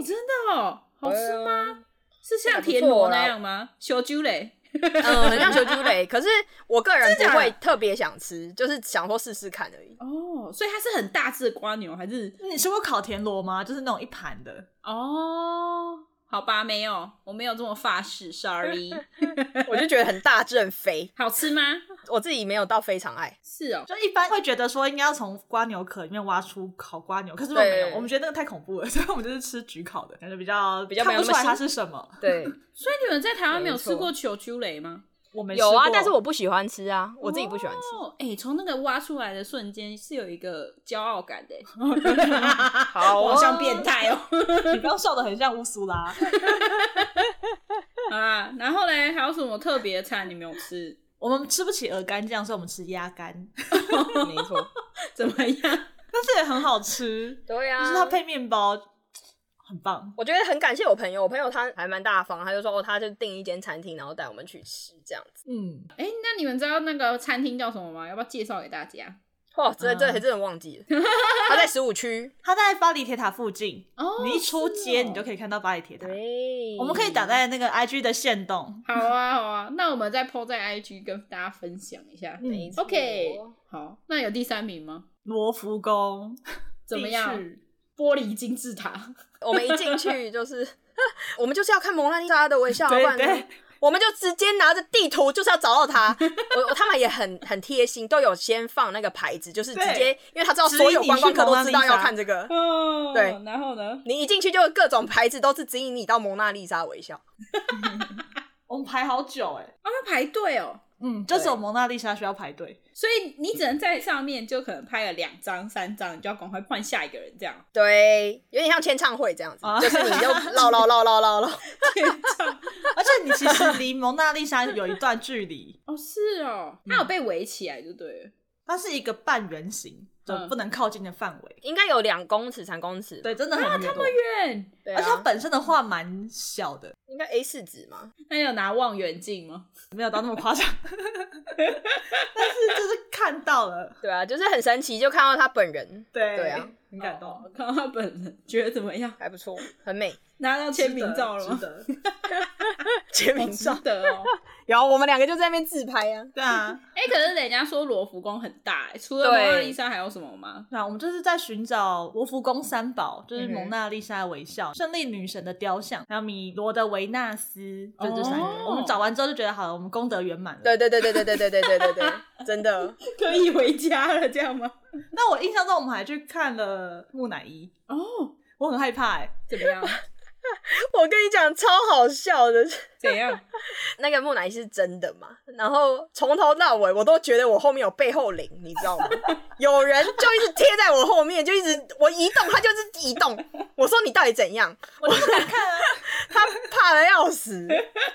B: 真的哦， 好吃吗？
A: 吗？
B: 是像田螺那样吗？小猪嘞，
A: 嗯，很像球球蕾，可是我个人
B: 真的
A: 不会
B: 假
A: 特别想吃，就是想说试试看而 已。
B: 哦，所以它是很大只的瓜牛，还是
C: 你吃过烤田螺吗？就是那种一盘的，
B: 哦？好吧，没有，我没有这么法式，sorry。
A: 我就觉得很大只很肥，
B: 好吃吗？
A: 我自己没有到非常爱。
B: 是哦，
C: 就一般会觉得说应该要从瓜牛壳里面挖出烤瓜牛，可是我们没
A: 对
C: 有，我们觉得那个太恐怖了， 所以我们就是吃焗烤的，感觉比较
A: 比较没
C: 看
A: 有
C: 不
A: 那么
C: 出来它
A: 新
C: 是什么。
A: 对，
B: 所以你们在台湾没有
A: 没错
B: 吃过球球蕾吗？
C: 我 没
A: 有啊
C: 吃，过
A: 但是我不喜欢吃啊，我自己不喜欢吃。
B: 哦，哎、从那个挖出来的瞬间是有一个骄傲感的，
C: 啊
A: 好
B: 我
A: 哦
B: 好像变态 哦。
C: 你不要笑得很像乌苏拉。
B: 好啦，啊然后嘞，还有什么特别的菜你没有吃？
C: 我们吃不起鹅肝酱，所以我们吃鸭肝，
A: 没错，
B: 怎么 样？
C: 但是也很好吃，
A: 对
C: 就
A: 啊，
C: 是它配面包很棒。
A: 我觉得很感谢我朋友，我朋友他还蛮大方，他就说哦，他就订一间餐厅，然后带我们去吃这样子。
C: 嗯，
B: 哎、那你们知道那个餐厅叫什么吗？要不要介绍给大家？
A: 哇，这这
C: 啊
A: 还真的忘记 了，他在十五区。
C: 它在巴黎铁塔附近，
B: 哦，
C: 你一出街你就
B: 以。
C: 可以看到巴黎铁塔。
A: 对，
C: 我们可以打在那个 IG 的线动，
B: 好啊，好啊，那我们再 PO 在 IG 跟大家分享一下。
A: 没
C: 嗯
A: 错
B: OK，好，那有第三名吗？
C: 罗浮宫
B: 怎么样
C: 必去
B: 玻璃金字塔，
A: 我们一进去就是， 我们就是要看蒙娜丽莎的微笑，不
C: 对
A: 然
C: 对
A: 呢，我们就直接拿着地图就是要找到 她。我我他们也很很贴心，都有先放那个牌子，就是直
C: 对
A: 接，因为他知道
C: 指
A: 所有
C: 引你
A: 观光
C: 去
A: 客
C: 蒙
A: 都
C: 娜
A: 知
C: 丽
A: 道要
C: 莎
A: 看这个。
B: 哦
A: 对
B: 然后呢？
A: 你一进去就各种牌子都是指引你到蒙娜丽莎微笑，
C: 我们排好久哎、
B: 哦，要排队哦，
C: 嗯，就只有蒙娜丽莎需要排队，
B: 所以你只能在上面就可能拍了两张、三张，你就要赶快换下一个人这样。
A: 对，有点像签唱会这样子，
C: 啊
A: 就是你就唠唠唠唠唠唠，
C: 而且你其实离蒙娜丽莎有一段距离，
B: 哦，是哦，它有被围起来就对了。
C: 它是一个半圆形，就
B: 嗯
C: 不能靠近的范围。
A: 应该有两公尺、三公尺，
C: 对，真的很远。
B: 远，
A: 对
C: 而且它
A: 啊，
C: 本身的画蛮小的，
A: 应该 A 四纸嘛，
B: 那你有拿望远镜吗？
C: 没有到那 么夸张，但是就是看到了，
A: 对啊，就是很神奇，就看到她本人，
C: 对
A: 对啊，
C: 很感动。
B: 哦哦看到他本人，觉得怎么样？
A: 还不错，很美。
B: 拿到签名照了
C: 值
B: 吗？
C: 得，
A: 签
B: 好
A: 名
B: 值
A: 照。
B: 得哦。
A: 然后我们两个就在那边自拍啊。
C: 对啊。
B: 哎、可是人家说罗浮宫很大、欸，除了蒙
A: 对
B: 娜丽莎还有什么吗？
C: 啊那我们就是在寻找罗浮宫三宝，就是
A: 嗯哼
C: 蒙娜丽莎的微笑、胜利女神的雕像，还有米罗的维纳斯，就这三个。
B: 哦
C: 我们找完之后就觉得好了，我们功德圆满了。
A: 对对对对对对对对对对对，真的。
B: 可以回家了，这样吗？
C: 那我印象中我们还去看了木乃伊，
B: 哦，
C: 我很害怕哎、
B: 怎么样？
A: 我跟你讲，超好笑的。
B: 怎 样？
A: 那个木乃伊是真的嘛？然后从头到尾我都觉得我后面有背后灵，你知道 吗？有人就一直贴在我后面，就一直我移动，他就是移动。我说你到底怎样？
C: 我就不敢看啊。
A: 他怕的要死。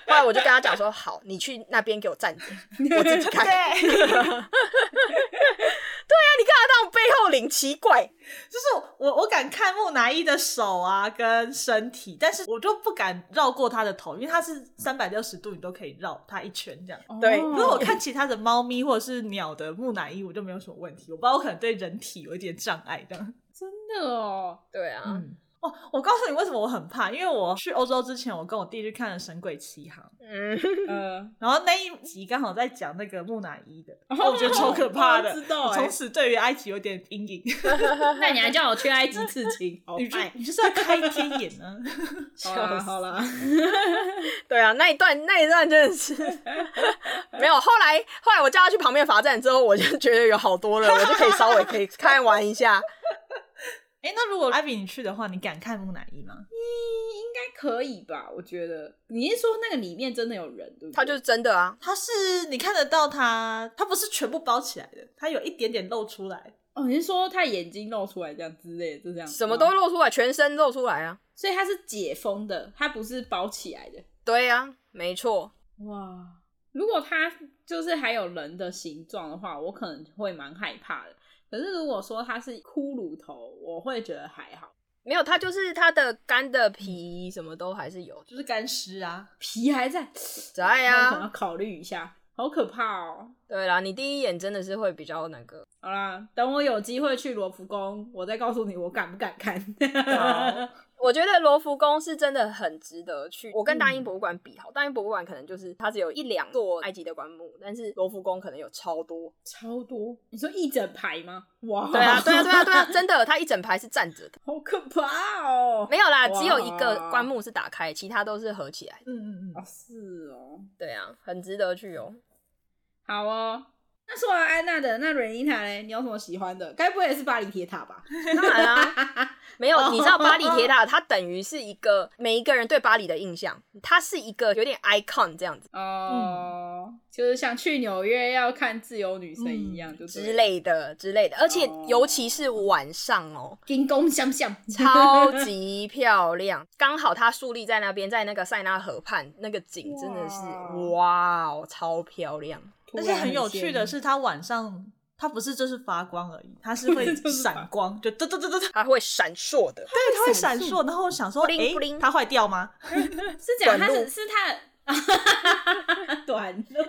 A: 后来我就跟他讲说：“好，你去那边给我站着， 我自 己看。”对啊，
C: 对，
A: 你看他当背后灵，奇怪。
C: 就是我我敢看木乃伊的手啊跟身体，但是我就不敢绕过它的头，因为它是三百六十度，你都可以绕它一圈这样。
A: 对
B: 哦
C: 如果我看其他的猫咪或者是鸟的木乃伊，我就没有什么问题。我不知道我可能对人体有一点障碍这样。
B: 真的哦，
A: 对啊，
C: 嗯，哦，我告诉你为什么我很怕，因为我去欧洲之前，我跟我弟去看了《神鬼奇航》，
A: 嗯，
B: 呃，
C: 然后那一集刚好在讲那个木乃伊的，
B: 哦
C: 我觉得超可怕的，
B: 我知道
C: 我
B: 哎
C: 从此对于埃及有点阴影。
B: 那你还叫我去埃及刺 青？好
C: 你就
B: 哦拜
C: 你就是要开天眼啊！
B: 好啦好啦，
A: 对啊，那一段那一段真的是 没有。后来后来我叫他去旁边罚站之后，我就觉得有好多了，我就可以稍微可以看玩一下。
C: 哎、那如果艾比你去的话，你敢看木乃伊吗？
B: 应该可以吧？我觉得你是说那个里面真的有人，对不对？
A: 他就是真的啊，
C: 它是你看得到它，它不是全部包起来的，它有一点点露出来。
B: 哦，你是说他眼睛露出来这样之类的，就这样，
A: 什么都
B: 吗，
A: 露出来，全身露出来啊。
B: 所以它是解封的，它不是包起来的。
A: 对啊，没错。
B: 哇，如果它就是还有人的形状的话，我可能会蛮害怕的。可是如果说它是骷髅头，我会觉得还好，
A: 没有，它就是它的干的皮什么都还是有
C: 就是干尸啊，
B: 皮还在，
A: 在
B: 那我可能 要
A: 啊。
B: 考虑一下，好可怕哦。
A: 对啦，你第一眼真的是会比较那个，
B: 好啦，等我有机会去罗浮宫，我再告诉你我敢不敢看。
A: 我觉得罗浮宫是真的很值得去。我跟大英
C: 嗯
A: 博物馆比好，大英博物馆可能就是它只有一两座埃及的棺木，但是罗浮宫可能有超多。
B: 超多，你说一整排吗？哇，
A: 对啊，对啊，对啊，对啊，真的，它一整排是站着 的，
B: 好可怕哦。
A: 没有啦，
B: 哇
A: 只有一个棺木是打开，其他都是合起来的。
C: 嗯嗯
B: 哦，
C: 嗯，
B: 是哦，
A: 对啊，很值得去哦。
B: 好哦。那说完安娜的，那瑞妮塔嘞，你有什么喜欢的？该不会也是巴黎铁塔吧？
A: 当然啊，没有，你知道巴黎 铁塔，它等于是一个每一个人对巴黎的印象，它是一个有点 icon 这样子
B: 哦、就是像去纽约要看自由女神一样，就
A: 之，类的之类的，而且
B: 哦
A: 尤其是晚上 哦，
B: 金宫相向，
A: 超级漂亮。刚好它竖立在那边，在那个塞纳河畔，那个景真的是哇哦，超漂亮。
B: 突
C: 而
B: 然
C: 且很有趣
B: 鲜
C: 的，是，它晚上它不是就是发光而已，它是会
B: 就是发
C: 闪 光，就噔噔噔噔噔，
A: 它会闪烁的，
C: 对，它会闪烁。然后我想说，
A: 布灵
C: 诶，
A: 布灵
C: 它坏掉吗？
B: 是讲
A: 短
B: 它
A: 路
B: 是是它的 短路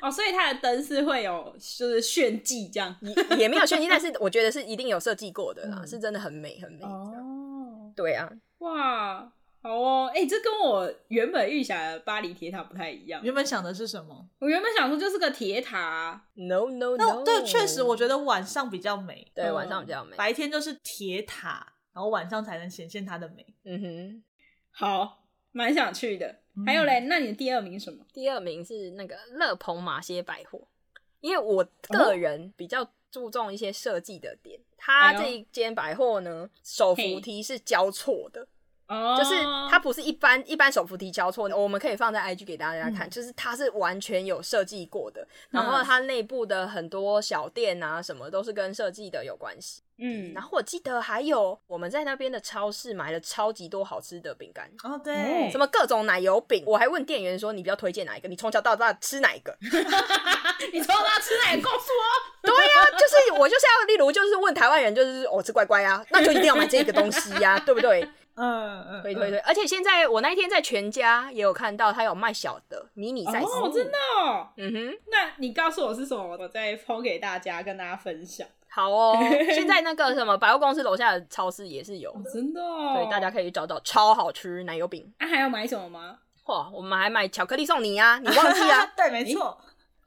B: 哦，所以它的灯是会有就是炫技这样
A: 也也没有炫技，但是我觉得是一定有设计过的啦，
C: 嗯
A: 是真的很美很美。
B: 哦，
A: 对啊，
B: 哇，好哦，哎、这跟我原本预想的巴黎铁塔不太一样。
C: 原本想的是什么？
B: 我原本想说就是个铁塔啊、
A: No No
C: 那
A: No，
C: 对，确实我觉得晚上比较美，
A: 对
B: 嗯
A: 晚上比较美。
C: 白天就是铁塔，然后晚上才能显现它的美。
A: 嗯哼，
B: 好，蛮想去的。还有嘞，那你的第二名是什么？
A: 第二名是那个乐鹏马歇百货，因为我
B: 哦
A: 个人比较注重一些设计的点。它
B: 哎呦
A: 这一间百货呢，手扶梯是交错的，
B: 哦
A: 就是它不是一般一般手扶梯交错，我们可以放在 IG 给大家看，
C: 嗯
A: 就是它是完全有设计过的。
B: 嗯
A: 然后它内部的很多小店啊，什么都是跟设计的有关系。
B: 嗯，
A: 然后我记得还有我们在那边的超市买了超级多好吃的饼干，
C: 哦，对，
B: 哦
A: 什么各种奶油饼，我还问店员说你比较推荐哪一个？你从小到大吃哪一个？
B: 你从哪吃奶？告诉我。
A: 对呀、就是我就是要，例如就是问台湾人，就是我、吃乖乖啊，那就一定要买这个东西 呀、对不对？
C: 嗯嗯，
A: 推推推！而且现在我那一天在全家也有看到，它有卖小的迷你 size，、
B: 哦，真的、哦？
A: 嗯哼，
B: 那你告诉我是什么，我再抛给大家跟大家分享。
A: 好 哦，现在那个什么百货公司楼下的超市也是有的，
B: 真的、哦
A: 所以大家可以找找超好吃奶油饼。
B: 啊，还要买什么吗？
A: 哇，我们还买巧克力送你 啊，你忘记啊？
C: 对，没错，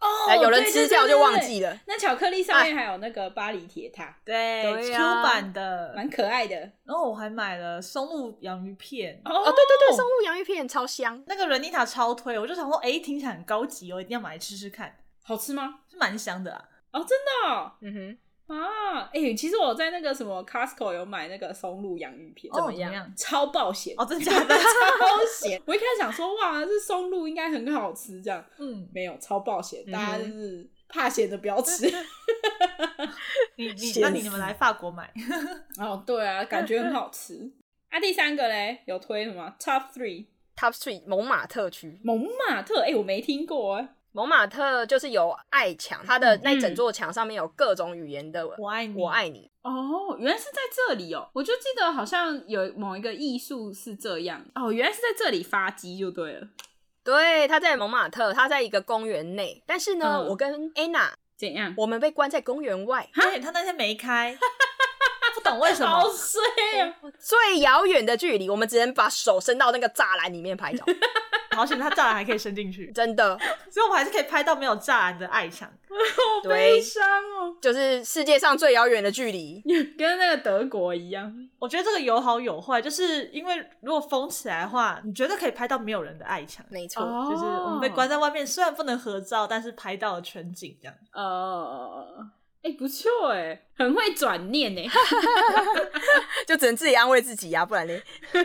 B: 哦
A: 哎，有人吃掉就忘。
B: 对对对对
A: 记了。
B: 那巧克力上面还有那个巴黎铁塔，
C: 对
A: 对
C: Q
A: 啊
C: 版的。
B: 蛮可爱的。
C: 然后我还买了松露洋芋片，
B: 哦
A: 哦，对对对，松露洋芋片超香。
C: 那个 Renita 超推，我就想说，哎，听起来很高级哦，一定要买来吃吃看，
B: 好吃吗？
C: 是蛮香的啊。
B: 哦，真的哦、
A: 嗯哼，
B: 啊！哎、其实我在那个什么 Costco 有买那个松露洋芋片，
C: 哦
B: 样？
C: 怎么样
B: 超爆咸，
C: 哦，真的假的？
B: 超咸！我一开始想说，哇，这松露应该很好吃，这样
C: 嗯，
B: 没有，超爆咸，
A: 哼
B: 大家就是怕咸的不 要吃。
C: 你你
B: 咸
C: 那你
B: 死
C: 你们来法国买，
B: 哦，对啊，感觉很好吃。啊，第三个嘞，有推什么 Top Three
A: Top Street 蒙马特区，
B: 蒙马特？哎、我没听过哎、
A: 蒙马特就是有爱墙，它的那一整座墙上面有各种语言的“
C: 嗯我爱你，
A: 我爱你
B: 哦，原来是在这里哦！我就记得好像有某一个艺术是这样哦，原来是在这里发迹就对了。”。
A: 对，它在蒙马特，它在一个公园内。但是呢，
B: 嗯
A: 我跟 Anna，
B: 怎样？
A: 我们被关在公园外
C: 对，他那天没开，不懂为什么
B: 好。衰哦！
A: 最遥远的距离，我们只能把手伸到那个栅栏里面拍照，
C: 好险，它栅栏还可以伸进去，
A: 真的。
C: 所以我们还是可以拍到没有栅栏的爱墙。
B: 好
A: 对
B: 悲伤哦，
A: 就是世界上最遥远的距离。
B: 跟那个德国一样。
C: 我觉得这个有好有坏，就是因为如果封起来的话，你绝对可以拍到没有人的爱墙。
A: 没错，
B: 哦
C: 就是我们被关在外面，虽然不能合照，但是拍到了全景这样。
B: 呃，哎、不错哎，很会转念哎。
A: 就只能自己安慰自己呀、不然嘞。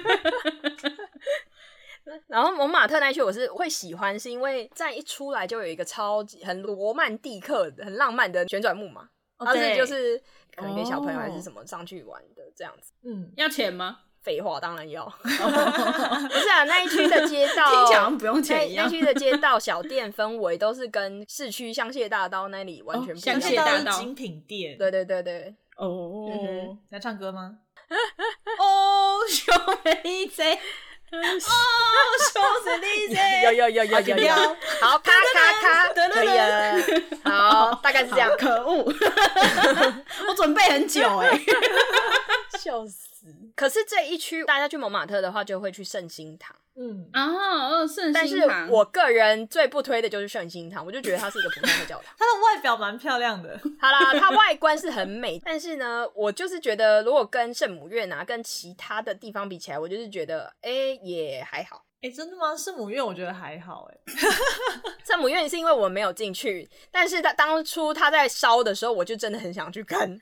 A: 然后蒙马特那一区我是会喜欢，是因为在一出来就有一个超级很罗曼蒂克、很浪漫的旋转木马，它是
C: 哦对
A: 就是可能给小朋友还
B: 哦
A: 是什么上去玩的这样子。
C: 嗯，
B: 要钱吗？
A: 废话当然要，不是啊，那一区的 街道
B: 听起来好像不用钱
A: 那
B: 一
A: 那
B: 样。
A: 区的街道小店氛围都是跟市区香榭大道那里完全不一
B: 香
A: 样。
B: 榭大道
C: 是精品店。
A: 对对对对，嗯
B: 哦
A: 哼，
C: 你要唱歌吗？
B: 哦，熊妹 仔，哦，熊妹仔，
A: 有有有有哎有有， 好，咔咔咔，可以了，好，大概是这样，
B: 可恶，我准备很久哎、
A: 笑死。可是这一区大家去蒙马特的话，就会去圣心堂，
C: 嗯，
B: 啊， 哦，圣
A: 但是
B: 心堂，
A: 我个人最不推的就是圣心堂，我就觉得它是一个普通的教堂
C: 啊。它的外表蛮漂亮的。
A: 好啦，它外观是很美，但是呢，我就是觉得如果跟圣母院啊，跟其他的地方比起来，我就是觉得，哎、也还好。
C: 哎、真的吗？圣母院我觉得还好、诶哎，
A: 圣母院是因为我没有进去，但是他当初他在烧的时候，我就真的很想去看。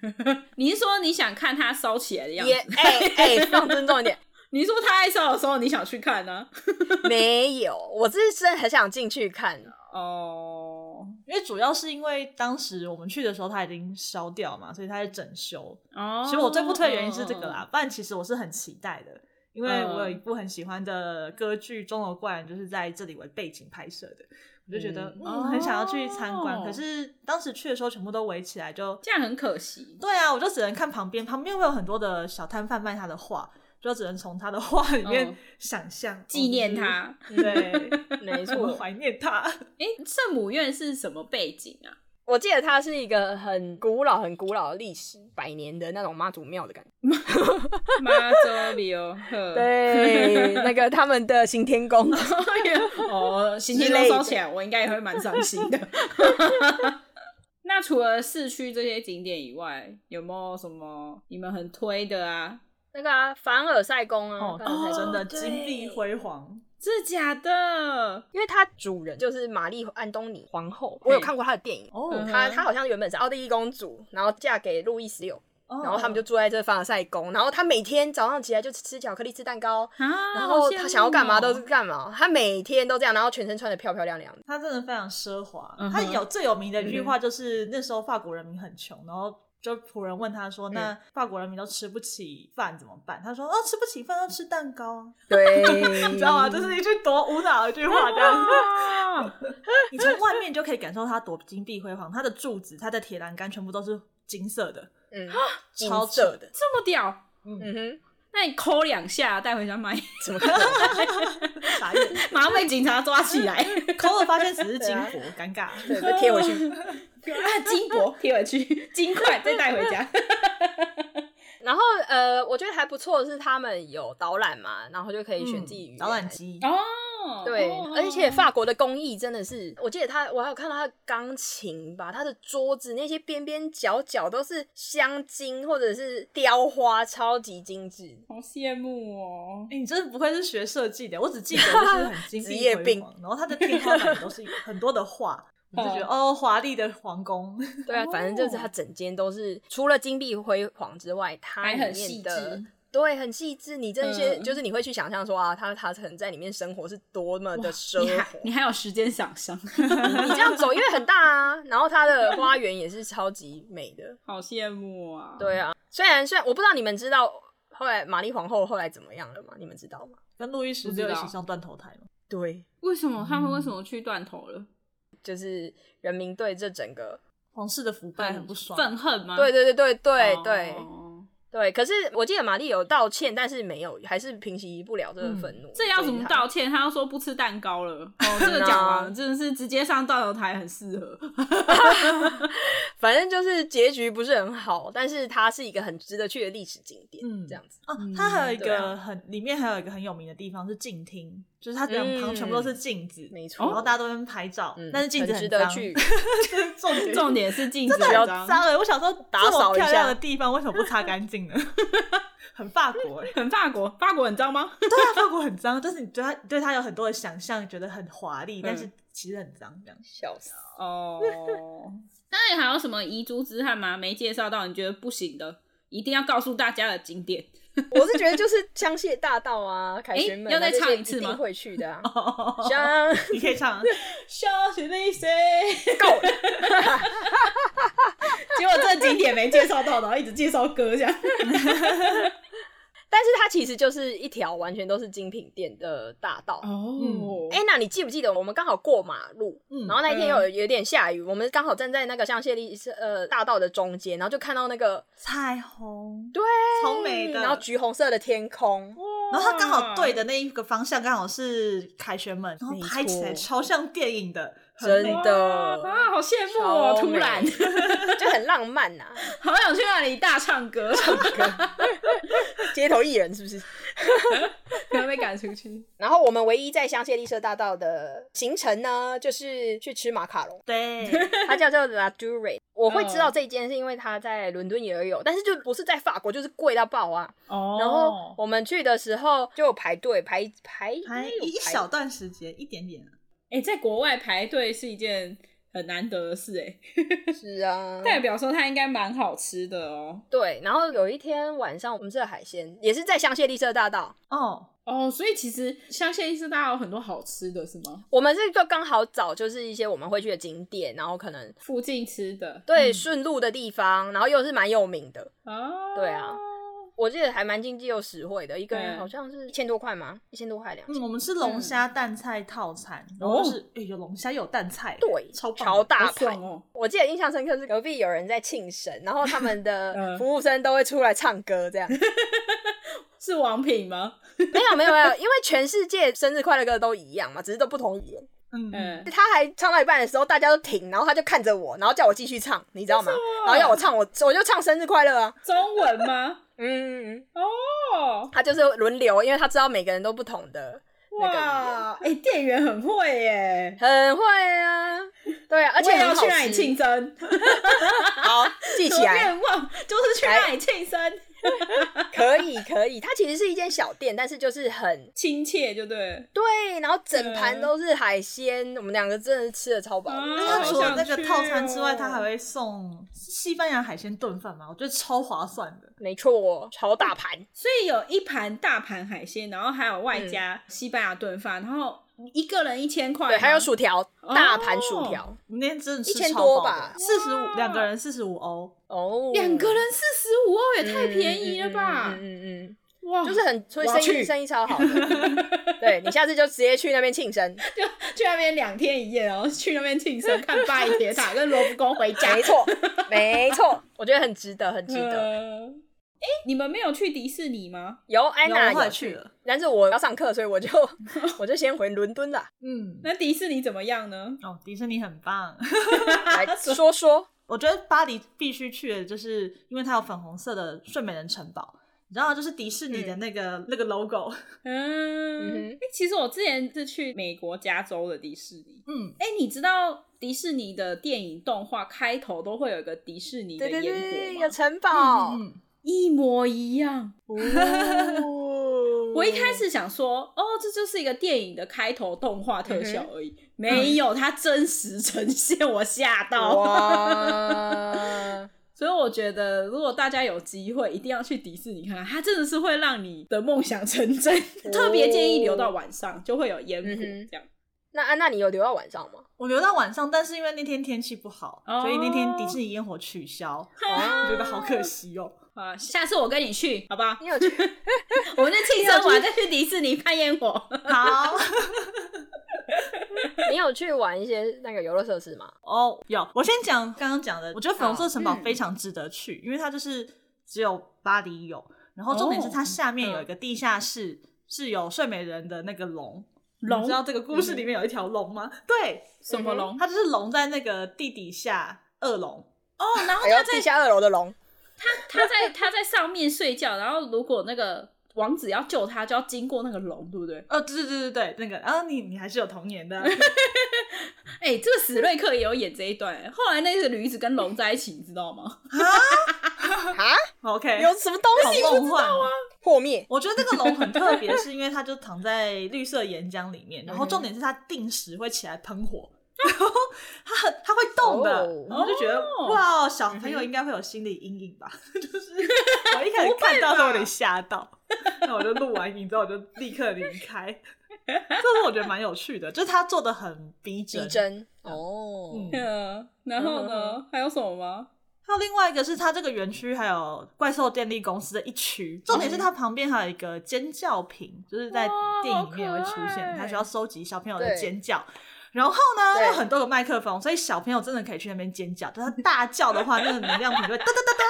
B: 你是说你想看它烧起来的样
A: 也
B: 子？
A: 哎哎，放尊重一点，
B: 你是说它爱烧的时候你想去看呢、
A: 没有，我是真的很想进去看。啊
B: 哦
C: 因为主要是因为当时我们去的时候它已经烧掉嘛，所以它在整修。
B: 哦，
C: 其实我最不推的原因是这个啦，不然其实我是很期待的，因为我有一部很喜欢的歌剧《钟楼怪人》就是在这里为背景拍摄的，我就觉得
A: 嗯
C: 嗯很想要去参观，
B: 哦
C: 可是当时去的时候全部都围起来就，
B: 这样很可惜。
C: 对啊，我就只能看旁边，旁边会有很多的小摊贩卖他的画，就只能从他的画里面
B: 嗯
C: 想象
B: 纪念，他。
C: 哦就是对，
A: 没
C: 我
A: 错，
C: 怀念他。
B: 哎、圣母院是什么背景啊？
A: 我记得它是一个很古老、很古老的历史，百年的那种妈祖庙的感觉。
B: 妈祖庙呵，
A: 对， 那个他们的行天 宫，
B: 哦，行天
A: 之
B: 都
A: 类的
B: 烧起来，我应该也会蛮伤心的。那除了市区这些景点以外，有没有什么你们很推的啊？
A: 那个啊，凡尔赛宫啊，
C: 哦
A: 凡尔赛宫
C: 真的
A: 对
C: 金碧辉煌，
B: 真的假的？
A: 因为它主人就是玛丽·安东尼皇后，我有看过她的电影。
C: 哦
A: 哦
B: 嗯，
A: 她她好像原本是奥地利公主，然后嫁给路易十六，
C: 然
A: 然后他们就住在这凡尔赛
B: 哦
A: 宫，然后她每天早上起来就吃巧克力、吃蛋糕，
B: 啊，
A: 然后
B: 好羡慕
A: 她想要干嘛都是
B: 哦
A: 干嘛，她每天都这样，然后全身穿的漂漂亮亮的。
C: 他真的非常奢华。
B: 嗯哼
C: 他有最有名的一
A: 嗯
C: 句话就是、那时候法国人民很穷，然后就仆人问他说：“
A: 嗯
C: 那法国人民都吃不起饭怎么办？”他说：“哦，吃不起饭要吃蛋糕
A: 嗯
C: 啊，
A: 对，
C: 你知道吗？”这是一句多无脑的一句话，这样子。
B: 啊
C: 你从外面就可以感受它多金碧辉煌，它的柱子、它的铁栏杆全部都是金色的，
A: 嗯，金
C: 超
A: 色
C: 扯
A: 的。
B: 这么屌，
A: 嗯哼，
B: 那你抠两下带回家卖，
A: 怎么可能？
C: 傻眼。
B: 马上被警察抓起来。
C: 抠了发现只是金
A: 对啊
C: 箔，尴尬。
A: 对，被贴回去。
B: 啊，金箔 贴回去，金块再带回 家。
A: 然后呃，我觉得还不错的是他们有导览嘛，然后就可以选自己语言。
C: 导览机，
B: 哦，
A: 对
B: 哦，
A: 而且法国的工艺真的是，我记得他，我还有看到他的钢琴吧，他的桌子那些边边角角都是镶金或者是雕花，超级精致。
B: 好羡慕哦。
C: 哎、你真的不愧是学设计的，我只记得就是 很金
A: 职业
C: 碧辉
A: 病
C: 煌，然后它的天花板都是很多的画，我就
A: 嗯
C: 觉得哦，华丽的皇宫，
A: 对啊，反正就是
B: 哦
A: 它整间都是除了金碧辉煌之外，它
B: 还
A: 里
B: 很细
A: 面的
B: 致。
A: 对很细致。你这些、
B: 嗯
A: 就是你会去想象说啊，他他可能在里面生活是多么的奢
B: 你
A: 华
B: 还。你还有时间想象，
A: 你这样走，因为很大啊，然后它的花园也是超级美的。
B: 好羡慕啊！
A: 对啊，虽然虽然我不知道你们知道后来玛丽皇后后来怎么样了吗？你们知道吗？
C: 跟路易十
B: 不知
C: 六
B: 道
C: 一起上断头台嘛。
A: 对，
B: 为什么他们为什么去断头了？
A: 就是人民对这整个，
C: 皇室的腐败很不爽，哦
B: 愤恨吗？
A: 对对对对对对、
B: 啊哦
A: 对。可是我记得玛丽有道歉，但是没有，还是平息不了这个愤怒、
B: 嗯这要怎么道歉？他要说不吃蛋糕了。 哦，这个讲完真的是直接上断头台很适合。
A: 歉？反正就是结局不是很好，但是它是一个很值得去的历史景点，
C: 嗯
A: 这样子。
C: 哦，它还有一
A: 对
C: 个
A: 啊
C: 很、里面还有一个很有名的地方是镜厅，就是它两旁全部都是镜子，
A: 嗯没
C: 然
A: 错，
C: 后大家都在那边拍照，
A: 嗯，
C: 哦但是镜子
A: 很值得
C: 脏，
A: 去
C: 重点
B: 重点是镜子
A: 真的
B: 很
A: 很
B: 脏，
C: 脏了。我想说，
A: 打扫一
C: 这
A: 下
C: 么漂亮的地方为什么不擦干净呢？ 很法国哎、
B: 很法国，法国很脏吗？
C: 对啊，法国很脏，但是你对它对它有很多的想象，觉得很华丽，但
B: 嗯
C: 是其实很脏这样。
A: 笑死。
B: 哦，那你还有什么遗珠之憾吗？没介绍到你觉得不行的，一定要告诉大家的景点。
A: 我是觉得就是香榭大道 啊，凯旋门、啊、
B: 要再
C: 哎
A: 这些
B: 唱一次吗
A: 定会去的啊。
C: 哦
A: 香
C: 你可以唱，啊
B: 消息那谁？
A: 够了。
B: 结果这景点没介绍到，然后一直介绍歌 这样。
A: 但是它其实就是一条完全都是精品店的大道。
B: 哦
A: 哎、那你记不记得我们刚好过马路，
C: 嗯
A: 然后那一天有有点下雨，我们刚好站在那个香榭丽舍呃大道的中间，然后就看到那个
C: 彩虹，
A: 对，
C: 超美的
A: 然后橘红色的天空，
C: 然后它刚好对的那一个方向刚好是凯旋门，然后拍起来
A: 没错
C: 超像电影的，很
A: 真
C: 美。
A: 的
B: 啊，好羡慕哦！
A: 超
B: 突
A: 美
B: 然，
A: 就很浪漫啊呐、
B: 好想去那里大唱歌，
A: 街头艺人是不是？
B: 可能被赶出去。
A: 然后我们唯一在香榭丽舍大道的行程呢，就是去吃马卡龙。 嗯
C: 对，
A: 它叫做 La Dure。我会知道这一间是因为它在伦敦也有，但是就不是在法国，就是贵到爆啊！
B: 哦
A: 然后我们去的时候就有排队排排
C: 还
A: 应该有
C: 一一小段时间，一点点。
B: 哎、在国外排队是一件很难得的事、
A: 排是啊
B: 哎，，代表说它应该蛮好吃的哦。
A: 对。然后有一天晚上我们吃了海鲜，也是在香榭丽舍大道，
C: 哦，
B: 哦，所以其实香榭丽舍大道有很多好吃的，是吗？
A: 我们是就刚好找就是一些我们会去的景点，然后可能
B: 附近吃的
A: 对顺路的地方，然后又是蛮有名的。
B: 哦，
A: 对啊，我记得还蛮经济又实惠的，一个人
B: 对
A: 好像是一千多块吗？一千多块两千。
C: 嗯，我们是龙虾蛋菜套餐，然
B: 哦
C: 后就是哎、有龙虾又有蛋菜，
A: 对，
C: 超棒
A: 超大
B: 好
A: 牌
B: 爽，哦。
A: 我记得印象深刻是隔壁有人在庆生，然后他们 的
B: 嗯
A: 服务生都会出来唱歌，这 样没
B: 是王品吗？
A: 有没有没有，因为全世界生日快乐歌都一样嘛，只是都不同语言。
C: 嗯，
B: 嗯，
A: 他还唱到一半的时候，大家都停，然后他就看着我，然后叫我继续唱，你知道吗？
B: 啊
A: 然后要我唱，我我就唱生日快乐啊，
B: 中文吗？
A: 嗯，嗯嗯
B: 哦，
A: 他就是轮流，因为他知道每个人都不同的那个语言，
B: 哇，哎、店员很会耶，
A: 很会啊，对啊，而且
B: 我也要
A: 很好
B: 去那里
A: 吃
B: 庆，生，
A: 好记起来，
B: 愿望就是去那里庆生，
A: 可以可以，它其实是一间小店，但是就是很
B: 亲切就对了。
A: 对，然后整盘
B: 嗯
A: 都是海鲜，我们两个真的是吃的超饱的。
C: 那
B: 啊
C: 它除了
B: 好
C: 那
B: 想
C: 个
B: 去
C: 套餐之外，
B: 哦
C: 它还会送西班牙海鲜炖饭嘛？我觉得超划算的。
A: 没错，超大盘，
B: 所以有一盘大盘海鲜，然后还有
A: 嗯
B: 外加西班牙炖饭，然后一个人一千块吗，
A: 对，还有薯条，
B: 哦
A: 大盘薯条，
C: 我们那天真的吃
A: 1000
C: 超
A: 多
C: 饱
A: 吧
C: 的，四十五两个人四十五欧，
A: 哦，
B: 两个人四十五哦，也
A: 嗯
B: 太便宜了吧
A: 嗯！嗯嗯
B: 哇，
A: 嗯，就是很，所以
B: 我要
A: 生
B: 去
A: 意生意超好的。 对你下次就直接去那边庆生，
B: 去那边两天一夜，然后去那边庆生，看巴黎铁塔跟罗浮宫，回家
A: 没。错，没错，我觉得很值得，很值得。
B: 呃你们没有去迪士尼吗？
A: 有安
C: 然后
A: 娜
C: 我后来
A: 有
C: 去，了，
A: 但是我要上课，所以 我就我就先回伦敦了。
C: 嗯，
B: 那迪士尼怎么样呢？
C: 哦，迪士尼很棒。
A: 来说 说，
C: 我觉得巴黎必须去的，就是因为它有粉红色的睡美人城堡，你知道吗，就是迪士尼的那个、那个 logo。
A: 嗯
B: 嗯，
A: 哼
B: 欸其实我之前是去美国加州的迪士尼。
C: 嗯，
B: 哎、你知道迪士尼的电影动画开头都会有一个迪士尼的
A: 对对对，一
B: 烟火
A: 个
B: 吗？
A: 城堡。
C: 嗯嗯
B: 一模一样。
A: 哦
B: 我一开始想说，哦，这就是一个电影的开头动画
A: 嗯
B: 特效而已，没有，它真实呈现，我吓到。
A: 哇，
B: 所以我觉得，如果大家有机会，一定要去迪士尼看看，它真的是会让你的梦想成真。 特别建议留到晚上，就会有烟
A: 嗯
B: 火
A: 哼
B: 这样。
A: 那安娜，你有留到晚上吗？
C: 我留到晚上，但是因为那天天气不好，
B: 哦
C: 所以那天迪士尼烟火 取消，我觉得好可惜哦。
B: 啊，下次我跟你去，好不 好？
A: 你有去？
B: 我们的庆生完再去迪士尼看烟 火。
C: 好，
A: 你有去玩一些那个游乐设施吗？
C: 哦，有，我先讲刚刚讲的，我觉得粉红色城堡
A: 好嗯
C: 非常值得去，因为它就是只有巴黎有，然后重点是它下面有一个地下室，是有睡美人的那个龙。
B: 龙
C: 你知道这个故事里面有一条龙吗？ 对，
B: 什么龙？
C: 它就是龙在那个地底下恶龙。
B: 哦，然后
A: 还有地下二楼的龙，
B: 他在他在上面睡觉，然后如果那个王子要救他，就要经过那个龙，对不对？
C: 哦，对对对对对，那个，啊，你你还是有童年的，
B: 哎、这个史瑞克也有演这一段、哎后来那个驴子跟龙在一起，你知道吗？
A: 啊？
C: OK，
A: 有什么东
C: 好
A: 西
C: 梦幻哦。
A: 破灭？
C: 我觉得那个龙很特别，是因为它就躺在绿色岩浆里面，然后重点是它定时会起来喷火，然后它很它会动的
A: 哦，
C: 然后就觉得
B: 哦
C: 哇，小朋友应该会有心理阴影吧？就是我一开始看到的时候有点吓到，那我就录完影之后我就立刻离开。这是我觉得蛮有趣的，就是他做的很逼真
A: 逼。真哦，
C: 嗯
B: 嗯，然后呢？还有什么吗？
C: 还有另外一个是它这个园区还有怪兽电力公司的一区，重点是它旁边还有一个尖叫瓶，就是在电影里面会出
B: 哇好可
C: 现，
B: 爱
C: 它需要收集小朋友的
A: 对
C: 尖叫。然后呢，
A: 对
C: 有很多个麦克风，所以小朋友真的可以去那边尖叫。但他大叫的话，那个能量瓶就会哒哒哒哒，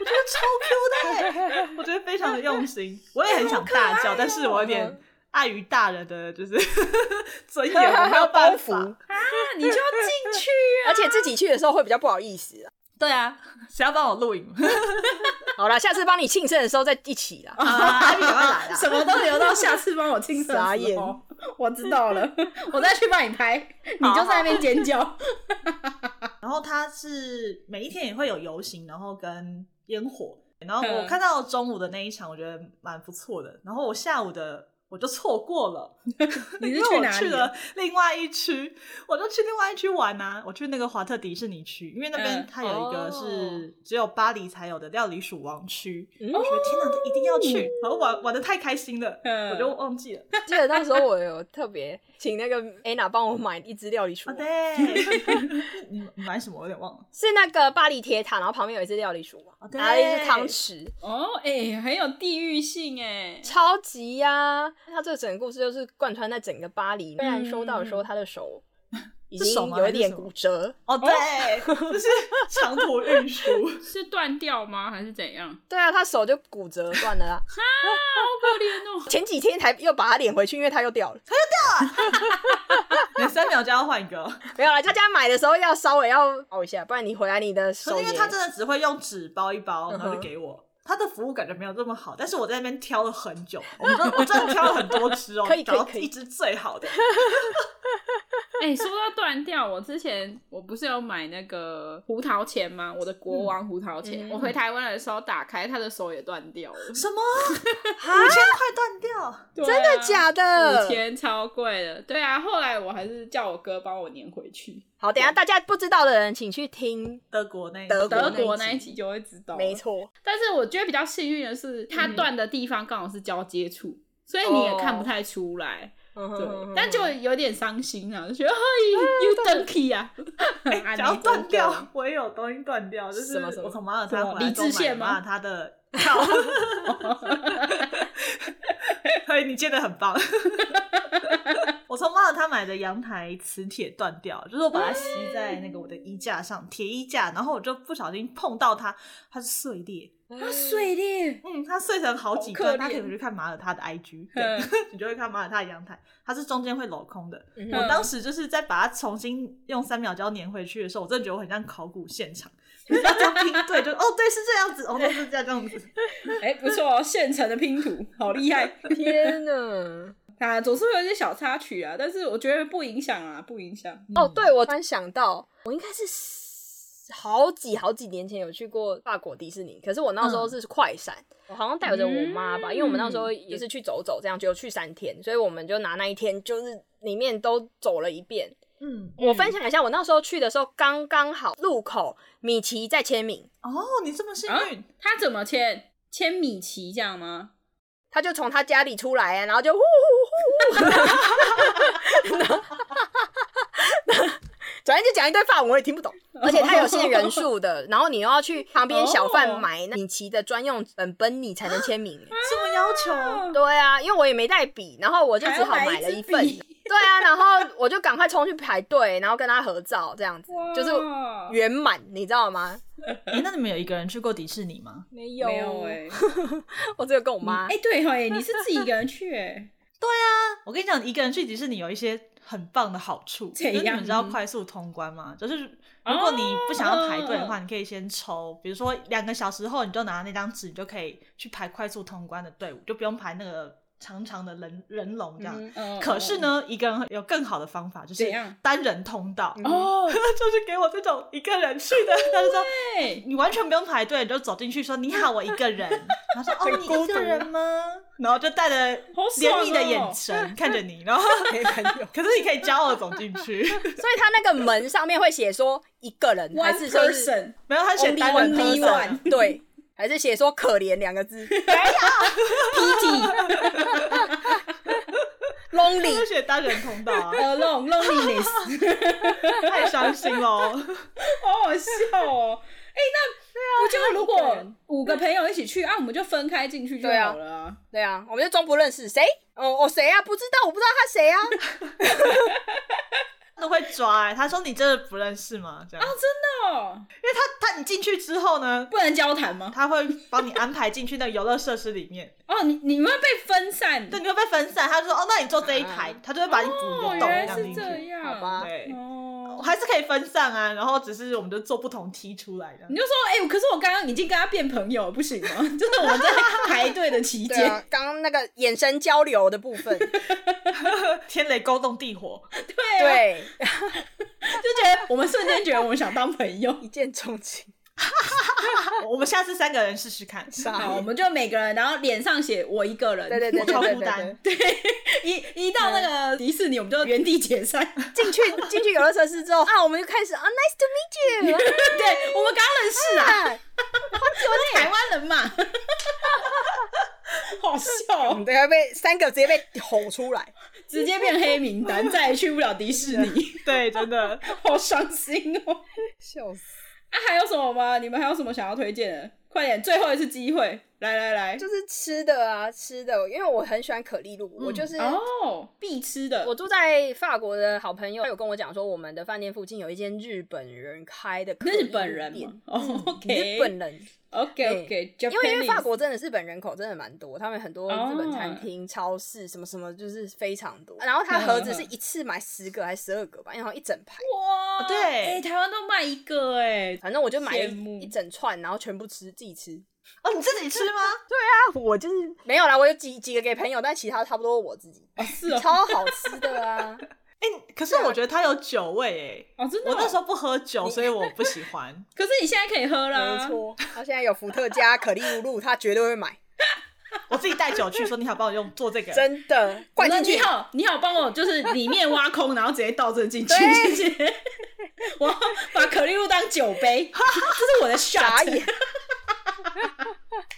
C: 我觉得超 Q 的欸、我觉得非常的用心。我也很想大叫，但是我有点碍于大人的就是 尊严，我没有办
A: 包
C: 法
A: 袱。
B: 那你就要进去啊！
A: 而且自己去的时候会比较不好意思啊。
C: 对啊，谁要帮我录影？
A: 好啦，下次帮你庆生的时候再一起啦。
C: 啊，艾米赶快 来啦！
B: 什么都留到下次帮我庆生
A: 傻
B: 的时
A: 眼
B: 候， 我知道了， 我再去帮你拍，你就在那边尖叫。
C: 然后它是每一天也会有游行，然后跟烟火。然后
B: 嗯
C: 我看到中午的那一场，我觉得蛮不错的。然后我下午的我就错过了，
B: 你
C: 因
B: 是
C: 为我
B: 哪里？啊
C: 去了另外一区，我就去另外一区玩啊。我去那个华特迪士尼区，因为那边
B: 嗯哦
C: 它有一个是只有巴黎才有的料理鼠王区。
A: 嗯
C: 我觉得天哪，这一定要去！然后玩玩的太开心了，
B: 嗯
C: 我就忘记了。
A: 记得那时候我有特别请那个 Anna 帮我买一只料理鼠
C: 啊，， 对，你你买什么？我有点忘了。
A: 是那个巴黎铁塔，然后旁边有一只料理鼠嘛
C: 哦，对
A: 然后一只汤匙，
B: 哦，哎、很有地域性哎、
A: 超级呀！它这整个故事就是贯穿在整个巴黎。虽然收到的时候，他的手已
C: 是嗯手
A: 经
C: 吗
A: 有一点骨折，
C: 哦，对，就是长途运输。
B: 是断掉吗？还是怎样？
A: 对啊，他手就骨折断 了啦。
B: 可怜哦。
A: 前几天才又把它领回去，因为它又 掉了。
C: 你三秒就要换一个，
A: 没有啦，大家买的时候要稍微要凹一下，不然你回来你的
C: 可
A: 手
C: 是
A: 也
C: 因为他真的只会用纸包一包，
A: 嗯哼
C: 然后就给我。他的服务感觉没有这么好，但是我在那边挑了很 久，我真的我真的挑了很多只哦，
A: 可以可以
C: 找到
A: 可以
C: 一只最好 的。
B: 哎、说到断掉，我之前我不是有买那个胡桃钳吗？我的国王胡桃钳，
A: 嗯
B: 我回台湾的时候打开，他的手也断掉了。
C: 什么？五千块断掉？
B: 真
A: 真的假的
B: 五？千超贵的，对啊。后来我还是叫我哥帮我粘回去。
A: 好，等一下大家不知道的人，请去听。
C: 德国那
A: 德
B: 德国
A: 那
B: 那
A: 一
B: 一
A: 集
B: 集就会知道，
A: 没。错，
B: 但是我觉得比较幸运的是，它断的地方刚好是交接处，所以你也看不太出来。
A: 嗯哦
B: 对，但就有点伤心啊，就 觉得嘿，you donkey 啊，
C: 只要断掉，我也有东西断掉，就
A: 什
C: 是
A: 么什么
C: 我从马耳他回来，
B: 什么理智线吗
C: 马耳他的。 所以你接的很棒。 我从马耳他买的阳台磁铁断掉，就是我把它吸在那个我的衣架上，铁衣架，然后我就不小心碰到它，它是碎裂，
A: 哦
B: 它碎 裂，
C: 嗯，它碎成好几
B: 好
C: 个，
B: 可
C: 大家可
B: 怜
C: 以去看马耳他的 IG，对
B: 嗯，
C: 你就会看马耳他的阳台，它是中间会镂空的。
A: 嗯
C: 我当时就是在把它重新用三秒胶粘回去的时候，我真的觉得我很像考古现场，就是要这样拼对，就哦对是这样子，哦对是这样这样子，
B: 哎、不错哦，现成的拼图，好厉害
A: 天哪！
B: 啊！总是会有一些小插曲啊，但是我觉得不影响啊，不影响。
A: 哦，对，我突然想到，我应该是十好几好几年前有去过法国迪士尼，可是我那时候是快闪，我好像带着我妈吧，因为我们那时候也是去走走，这样就去三天，所以我们就拿那一天就是里面都走了一遍。
C: 嗯，
A: 我分享一下，我那时候去的时候刚刚好路口米奇在签名，
C: 哦你这么幸
B: 啊
C: 运，
B: 他怎么签？签米奇这样吗？
A: 他就从他家里出来啊，然后就呼呼呼呼，然后反正就讲一堆法文，我也听不懂，而且它有限人数的，然后你又要去旁边小贩买那米奇的专用本本，你才能签名。
C: 这么要求，
A: 对啊，因为我也没带笔，然后我就只好买了一份。对啊，然后我就赶快冲去排队，然后跟他合照，这样子就是
B: 哇
A: 圆满，你知道吗？
C: 哎，那你们有一个人去过迪士尼吗？
A: 没
B: 没有哎、
A: 我只有跟我 妈
B: 哎、。对哈、哎，你是自己一个人去哎、
C: 我跟你讲，一个人去迪士尼有一些很棒的好处，
B: 怎样嗯
C: 就是你们知道快速通关吗？就是如果你不想要排队的话，你可以先抽，比如说两个小时后你就拿那张纸，你就可以去排快速通关的队伍，就不用排那个长长的人人龙这样。
A: 嗯
B: 嗯
C: 可是，呢，一个人有更好的方法，就
B: 怎
C: 是
B: 样
C: 单人通道，
A: 嗯
B: 哦，
C: 就是给我这种一个人去的，他就说
B: 对，
C: 你完全不用排队，你就走进去说你好，我一个人。 然后说哦，你一个人吗？然后就带着
B: 好爽哦
C: 怜悯的眼神看着你，然后没朋
A: 哦
C: 友。 可是你可以骄傲地走进去，
A: 所以他那个门上面会写说一个人还
B: One
A: 是就是
B: person，
C: 没有他写
A: only
C: 单人
A: one
C: 特
A: me
C: 色
A: one，对， 还是写说可怜两个 字
B: PT
C: 他就
A: lonely，
C: 写单人通 道啊，
B: alone loneliness，
C: 太伤心喽。
B: 好好笑哦。哎、那对啊，不就如
C: 一个
B: 果
C: 人
B: 五个朋友一起去啊，我们就分开进去就
A: 对啊
B: 好了啊。
A: 对啊，我们就装不认识谁，哦哦谁啊，不知道，我不知道他谁 啊，
C: 都会抓、欸，他说你真的不认识吗？
A: 啊
C: 这样，
B: 哦，
C: 他他你进去之后呢，
B: 不能交谈吗？
C: 他会帮你安排进去那个游乐设施里面，
B: 哦，你你们会被分散。
C: 对，你会被分散。他就说哦，那你坐这一
A: 啊
C: 排，他就会把你鼓
B: 哦，
C: 游
B: 原
C: 动这
B: 来
C: 样
B: 是
C: 进去。
B: 这样。
A: 好吧
C: 对，
B: 哦，
C: 还是可以分散啊，然后只是我们就做不同梯出来的
B: 你。就说，哎、可是我刚刚已经跟他变朋友了，不行吗？ 就是我们在排队的期
A: 对
B: 间，
A: 啊，刚刚那个眼神交流的部 分，
C: 天雷勾动地火，
B: 对啊，
A: 对，
B: 就觉得我们瞬间觉得我们想当朋友。
A: 一见钟情，
C: 我我们下次三个人试试看。
A: 傻
B: 好， 我
A: 眼，
B: 们就每个人，然后脸上写我一个人，
A: 对对对
C: 我
A: 对嗯
C: 超
A: 对
C: 孤
A: 对
C: 单
A: 对，
B: 一一到那个迪士尼，我们就原地 解散。
A: 进去进去游乐设施之后啊，我们就开始啊，nice to meet you，
B: 对，我们刚认识啊，
A: 啊，
B: 我是台湾人嘛， 好笑
A: 我
B: 哦，
A: 们等下被三个直接被吼出来，
B: 直接变黑名单，再也去不了迪士 尼，
C: 对，真 的。
B: 好伤心哦。
A: 笑死。
B: 啊，还有什么吗？你们还有什么想要推荐的？快点，最后一次机会，来来来，
A: 就是吃的啊，吃的，因为我很喜欢可丽露，我就是、
B: 哦，必吃的
A: 我，住在法国的好朋友他有跟我讲说，我们的饭店附近有一间日本人开的可丽
B: 日
A: 露
B: 本人
A: 店
B: 嘛哦，OK，
A: 日嗯本人，
B: ，OK OK，
A: 因为因为法国真的日本人口真的蛮多，他们很多日本
B: 哦
A: 餐厅、超市什么什么就是非常多。然后
B: 嗯
A: 它盒子是一次买十个还是十二个吧，然后一整排，
B: 哇，
C: 对
B: 哎、台湾都卖一个哎、
A: 反正我就买
B: 羡慕
A: 一一整串，然后全部吃自己吃。
C: 哦，你自己吃吗？
A: 啊，我就是没有啦，我有几几个给朋友，但其他差不多我自己，
B: 哦是哦，
A: 超好吃的 啊。
C: 哎、可是我觉得它有酒味哎、
B: 哦真的哦、
C: 我那时候不喝酒，所以我不喜 欢。
B: 可是你现在可以喝啊啦，
A: 没错，他现在有伏特加、可丽露露，他绝对会买，
C: 我自己带酒去，说你好帮我用做这 个。
A: 真的灌
B: 哦那
A: 进去
B: 你。好，你好，帮我就是里面挖空，然后 直接倒这进去，
A: 对
B: 谢谢。我要把可丽露当酒杯，这是我的
A: 傻
B: shot。
A: 眼！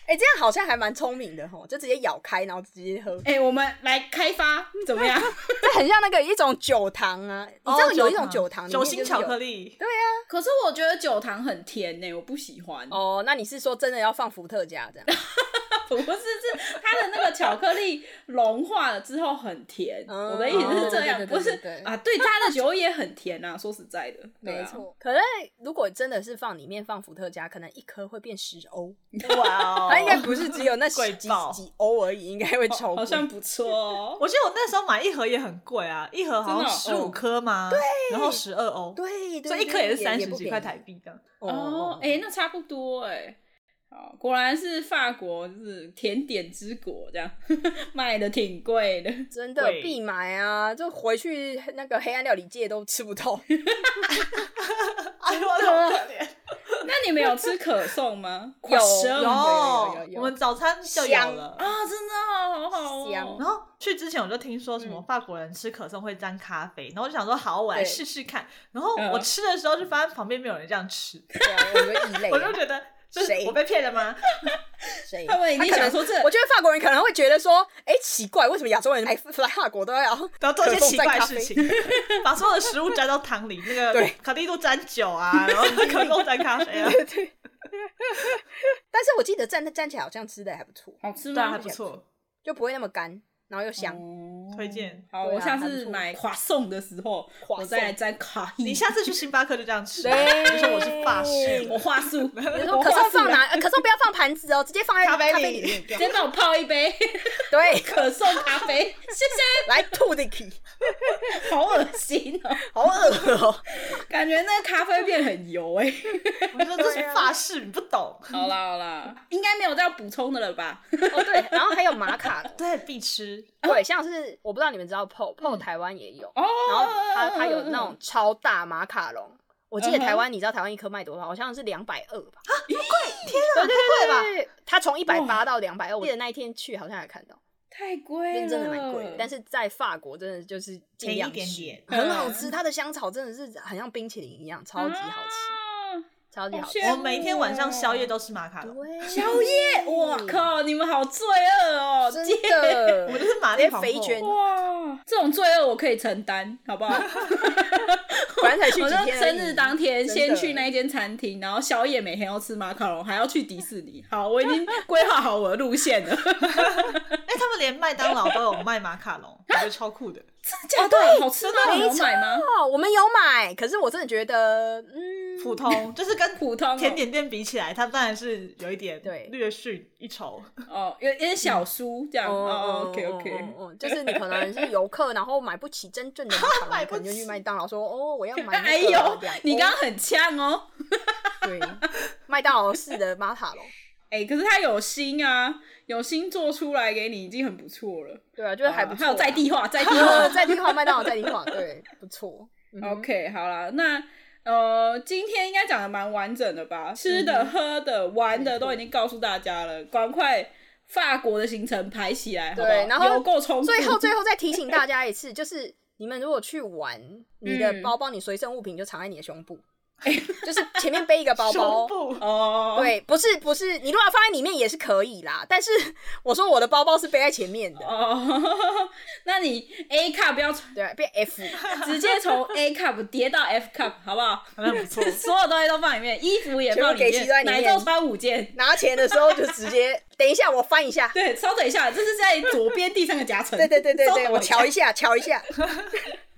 A: 哎、这样好像还蛮聪明的吼，就直接咬开，然后直接喝，
B: 哎、我们来开发怎么样？
A: 这很像那个一种酒糖啊，你
C: 哦
A: 知道有一种酒糖，
C: 酒心巧克
A: 力。
C: 力，
B: 可是我觉得酒糖很甜呢、我不喜欢。
A: 哦哦，那你是说真的要放伏特加这样？
B: 不是，是它的那个巧克力融化了之后很甜。
A: 嗯
B: 我的意思是这
E: 哦
B: 样，
E: 对对对
B: 不是
E: 对对对
B: 啊？对，它的酒也很甜啊。说实在的，对
E: 没
B: 啊，
E: 错，
A: 可是如果真的是放里面放伏特加，可能一颗会变十欧，
C: 哇 哦！
A: 它应该不是只有 那十
C: 贵
A: 几
C: 爆
A: 几欧而已，应该会
B: 好
A: 超
B: 好
A: 过。
B: 像不错哦。
C: 我记得我那时候买一盒也很贵啊，一盒好像十
B: 真的哦
C: 五颗嘛，对，然后十二欧，
A: 对，对
C: 所以一颗也是三十几块。
A: 对
C: 台
A: 也
C: 币这样。
A: 不便宜
B: 哦，哎、那差不多哎、好，果然是法国，就是甜点之国，这样 卖的挺贵的。
A: 真的
C: 贵
A: 必买啊！就回去那个黑暗料理界都吃不透。
C: 哎呦，好可怜！
B: 那你们有吃可 颂吗？
A: 有
B: 12
A: 有有有有
C: 我们早餐就有
A: 香
C: 了。
B: 啊，真的哦好好哦。
A: 香
C: 然后去之前我就听说什么法国人吃可颂会沾咖啡，然后我就想说好，我来
A: 嗯对
C: 试试看。然后
B: 嗯
C: 我吃的时候就发现旁边没有人这样吃，
A: 对啊， 我们异类
C: 我就
A: 啊。
C: 觉得就是
A: 谁
C: 我被骗了吗？
A: 谁？
B: 他们已经
A: 可能
B: 想说这
A: 我觉得法国人可能会觉得说，哎，奇怪，为什么亚洲人来来法国都 要
C: 然后做一些
A: 可颂
C: 奇怪
A: 沾
C: 的
A: 咖
C: 事
A: 啡
C: 情，把所有的食物沾到汤里，那个
A: 对
C: 卡蒂度沾酒啊， 然后可颂沾咖啡啊，
A: 但是我记得站站起来好像吃的还不错，
B: 好吃
C: 对啊，还
B: 吗？
C: 不错，
A: 就不会那么干，然后又香。
B: 哦
C: 推荐。
B: 好，
A: 对啊
B: 我下
A: 还不
B: 次
A: 错
B: 买垮送的时 候，
A: 垮
B: 我再来
A: 颂
B: 沾卡
C: 你下次去星巴克就这样吃，
A: 嗯对
C: 你说我是法式，
B: 我话术，
A: 比
B: 我
A: 如说可颂 放哪？呃可颂不要放盘子哦，直接放在
C: 咖啡
A: 咖啡
C: 里
A: 里面。
B: 直接帮我泡一杯
A: 对，
B: 可颂咖啡，谢
A: 来吐的起，
B: 谢。好恶心哦，
A: 好恶哦。
B: 感觉那个咖啡变很油哎。
C: 我说这是法式，你不 懂，
B: 好啦好啦，应该没有再要补充的了吧？
A: 哦对，然后还有玛卡，
C: 对，必吃。
A: 对，像是我不知道你们知道 PO PO 台湾也有，
B: 哦，
A: 然后它它有
B: 嗯
A: 那种超大马卡龙。我记得
B: 嗯哼啊
A: 台湾，你知道台湾一颗卖多少？好像是两百二吧。
C: 对对对吧？
A: 对，它从一百八到两百二。我记得那一天去好像还看到，
B: 太贵
A: 那
B: 了，
A: 真的蛮贵的。但是在法国真的就是尽
C: 便宜
A: 量
C: 一点
A: 吃
C: 点
A: 很
B: 嗯
A: 好吃。它的香草真的是很像冰淇淋一样，超级好吃，
B: 吃。
A: 超级好吃。
B: 啊好羡啊
C: 我每天晚上宵夜都吃马卡龙，
A: 对，
B: 宵夜，我靠，你们好罪恶哦！
A: 真
B: 天
A: 的，
C: 我就是玛
A: 直
C: 丽
A: 接
C: 皇
A: 肥
C: 后。
A: 卷
B: 哇，这种罪恶我可以承担，好不 好？
A: 反正才去
B: 我
A: 几
B: 就
A: 天而
B: 生
A: 已
B: 日当天
A: 真
B: 先
A: 的
B: 去那一间餐厅，然后宵夜每天要吃马卡龙，还要去迪士 尼。好，我已经规划好我的路线 了。
C: 哎、他们连麦当劳都有卖马卡龙，我觉得超酷的。
B: 哦，对，好吃吗？你
A: 没
B: 有买吗？
A: 哦，我们有买，可是我真的觉得，嗯，
C: 普通就是跟
B: 普通哦
C: 甜点店比起来，它当然是有一点
A: 对
C: 略逊一筹。
B: 哦，有有点小酥这样。哦，OK OK。
A: 哦，就是你可能是游客，然后买不起真正的马卡龙，
C: 买
A: 你
C: 不
A: 可
C: 起
A: 能就去麦当劳说，哦，我要买
B: 哎
A: 那个
B: 呦
A: 这样。，
B: 你刚
A: 哦
B: 刚很呛哦。
A: 对麦当劳式的马卡龙，
B: 哎、可是他有心啊，有心做出来给你已经很不错了，
A: 对啊，就是还不
B: 啊
A: 错
B: 还
A: 啊，
B: 有在地化，在地
A: 呃
B: 化。
A: 在地化麦当劳在地化，对，不错。嗯哼
B: OK，好啦，那呃，今天应该讲的蛮完整的吧，吃的、
A: 嗯
B: 喝的、玩的都已经告诉大家了，赶快法国的行程排起来，好不好
A: 对然后
B: 有够充足。
A: 最后最后再提醒大家一次，就是你们如果去玩，你的
B: 嗯
A: 包包你随身物品就藏在你的胸部，就是前面背一个包包
C: 胸， 部
B: 哦，，
A: 对，不是不是，你如果放在里面也是可以啦。但是我说我的包包是背在前面的，
B: 哦，那你 A cup 不要
A: 对，变 F，
B: 直接从 A cup 叠到 F cup，好不 好？。
C: 好像不错
B: 所有东西都放里面，衣服也
A: 全部
B: 放里
A: 给吸在
B: 面，
A: 里面
B: 奶罩穿五件。
A: 拿钱的时候就直接，等一下我翻一下，
B: 对，稍等一下，这是在左边第三个夹层。
A: 对对对对
B: 稍 等
A: 对，我瞧一
B: 下。
A: 下瞧一下，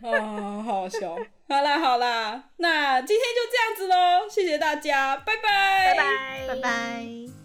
B: 哦，好好笑。好啦好啦，那今天就这样子喽，谢谢大家，拜拜，
A: 拜。
C: 拜拜。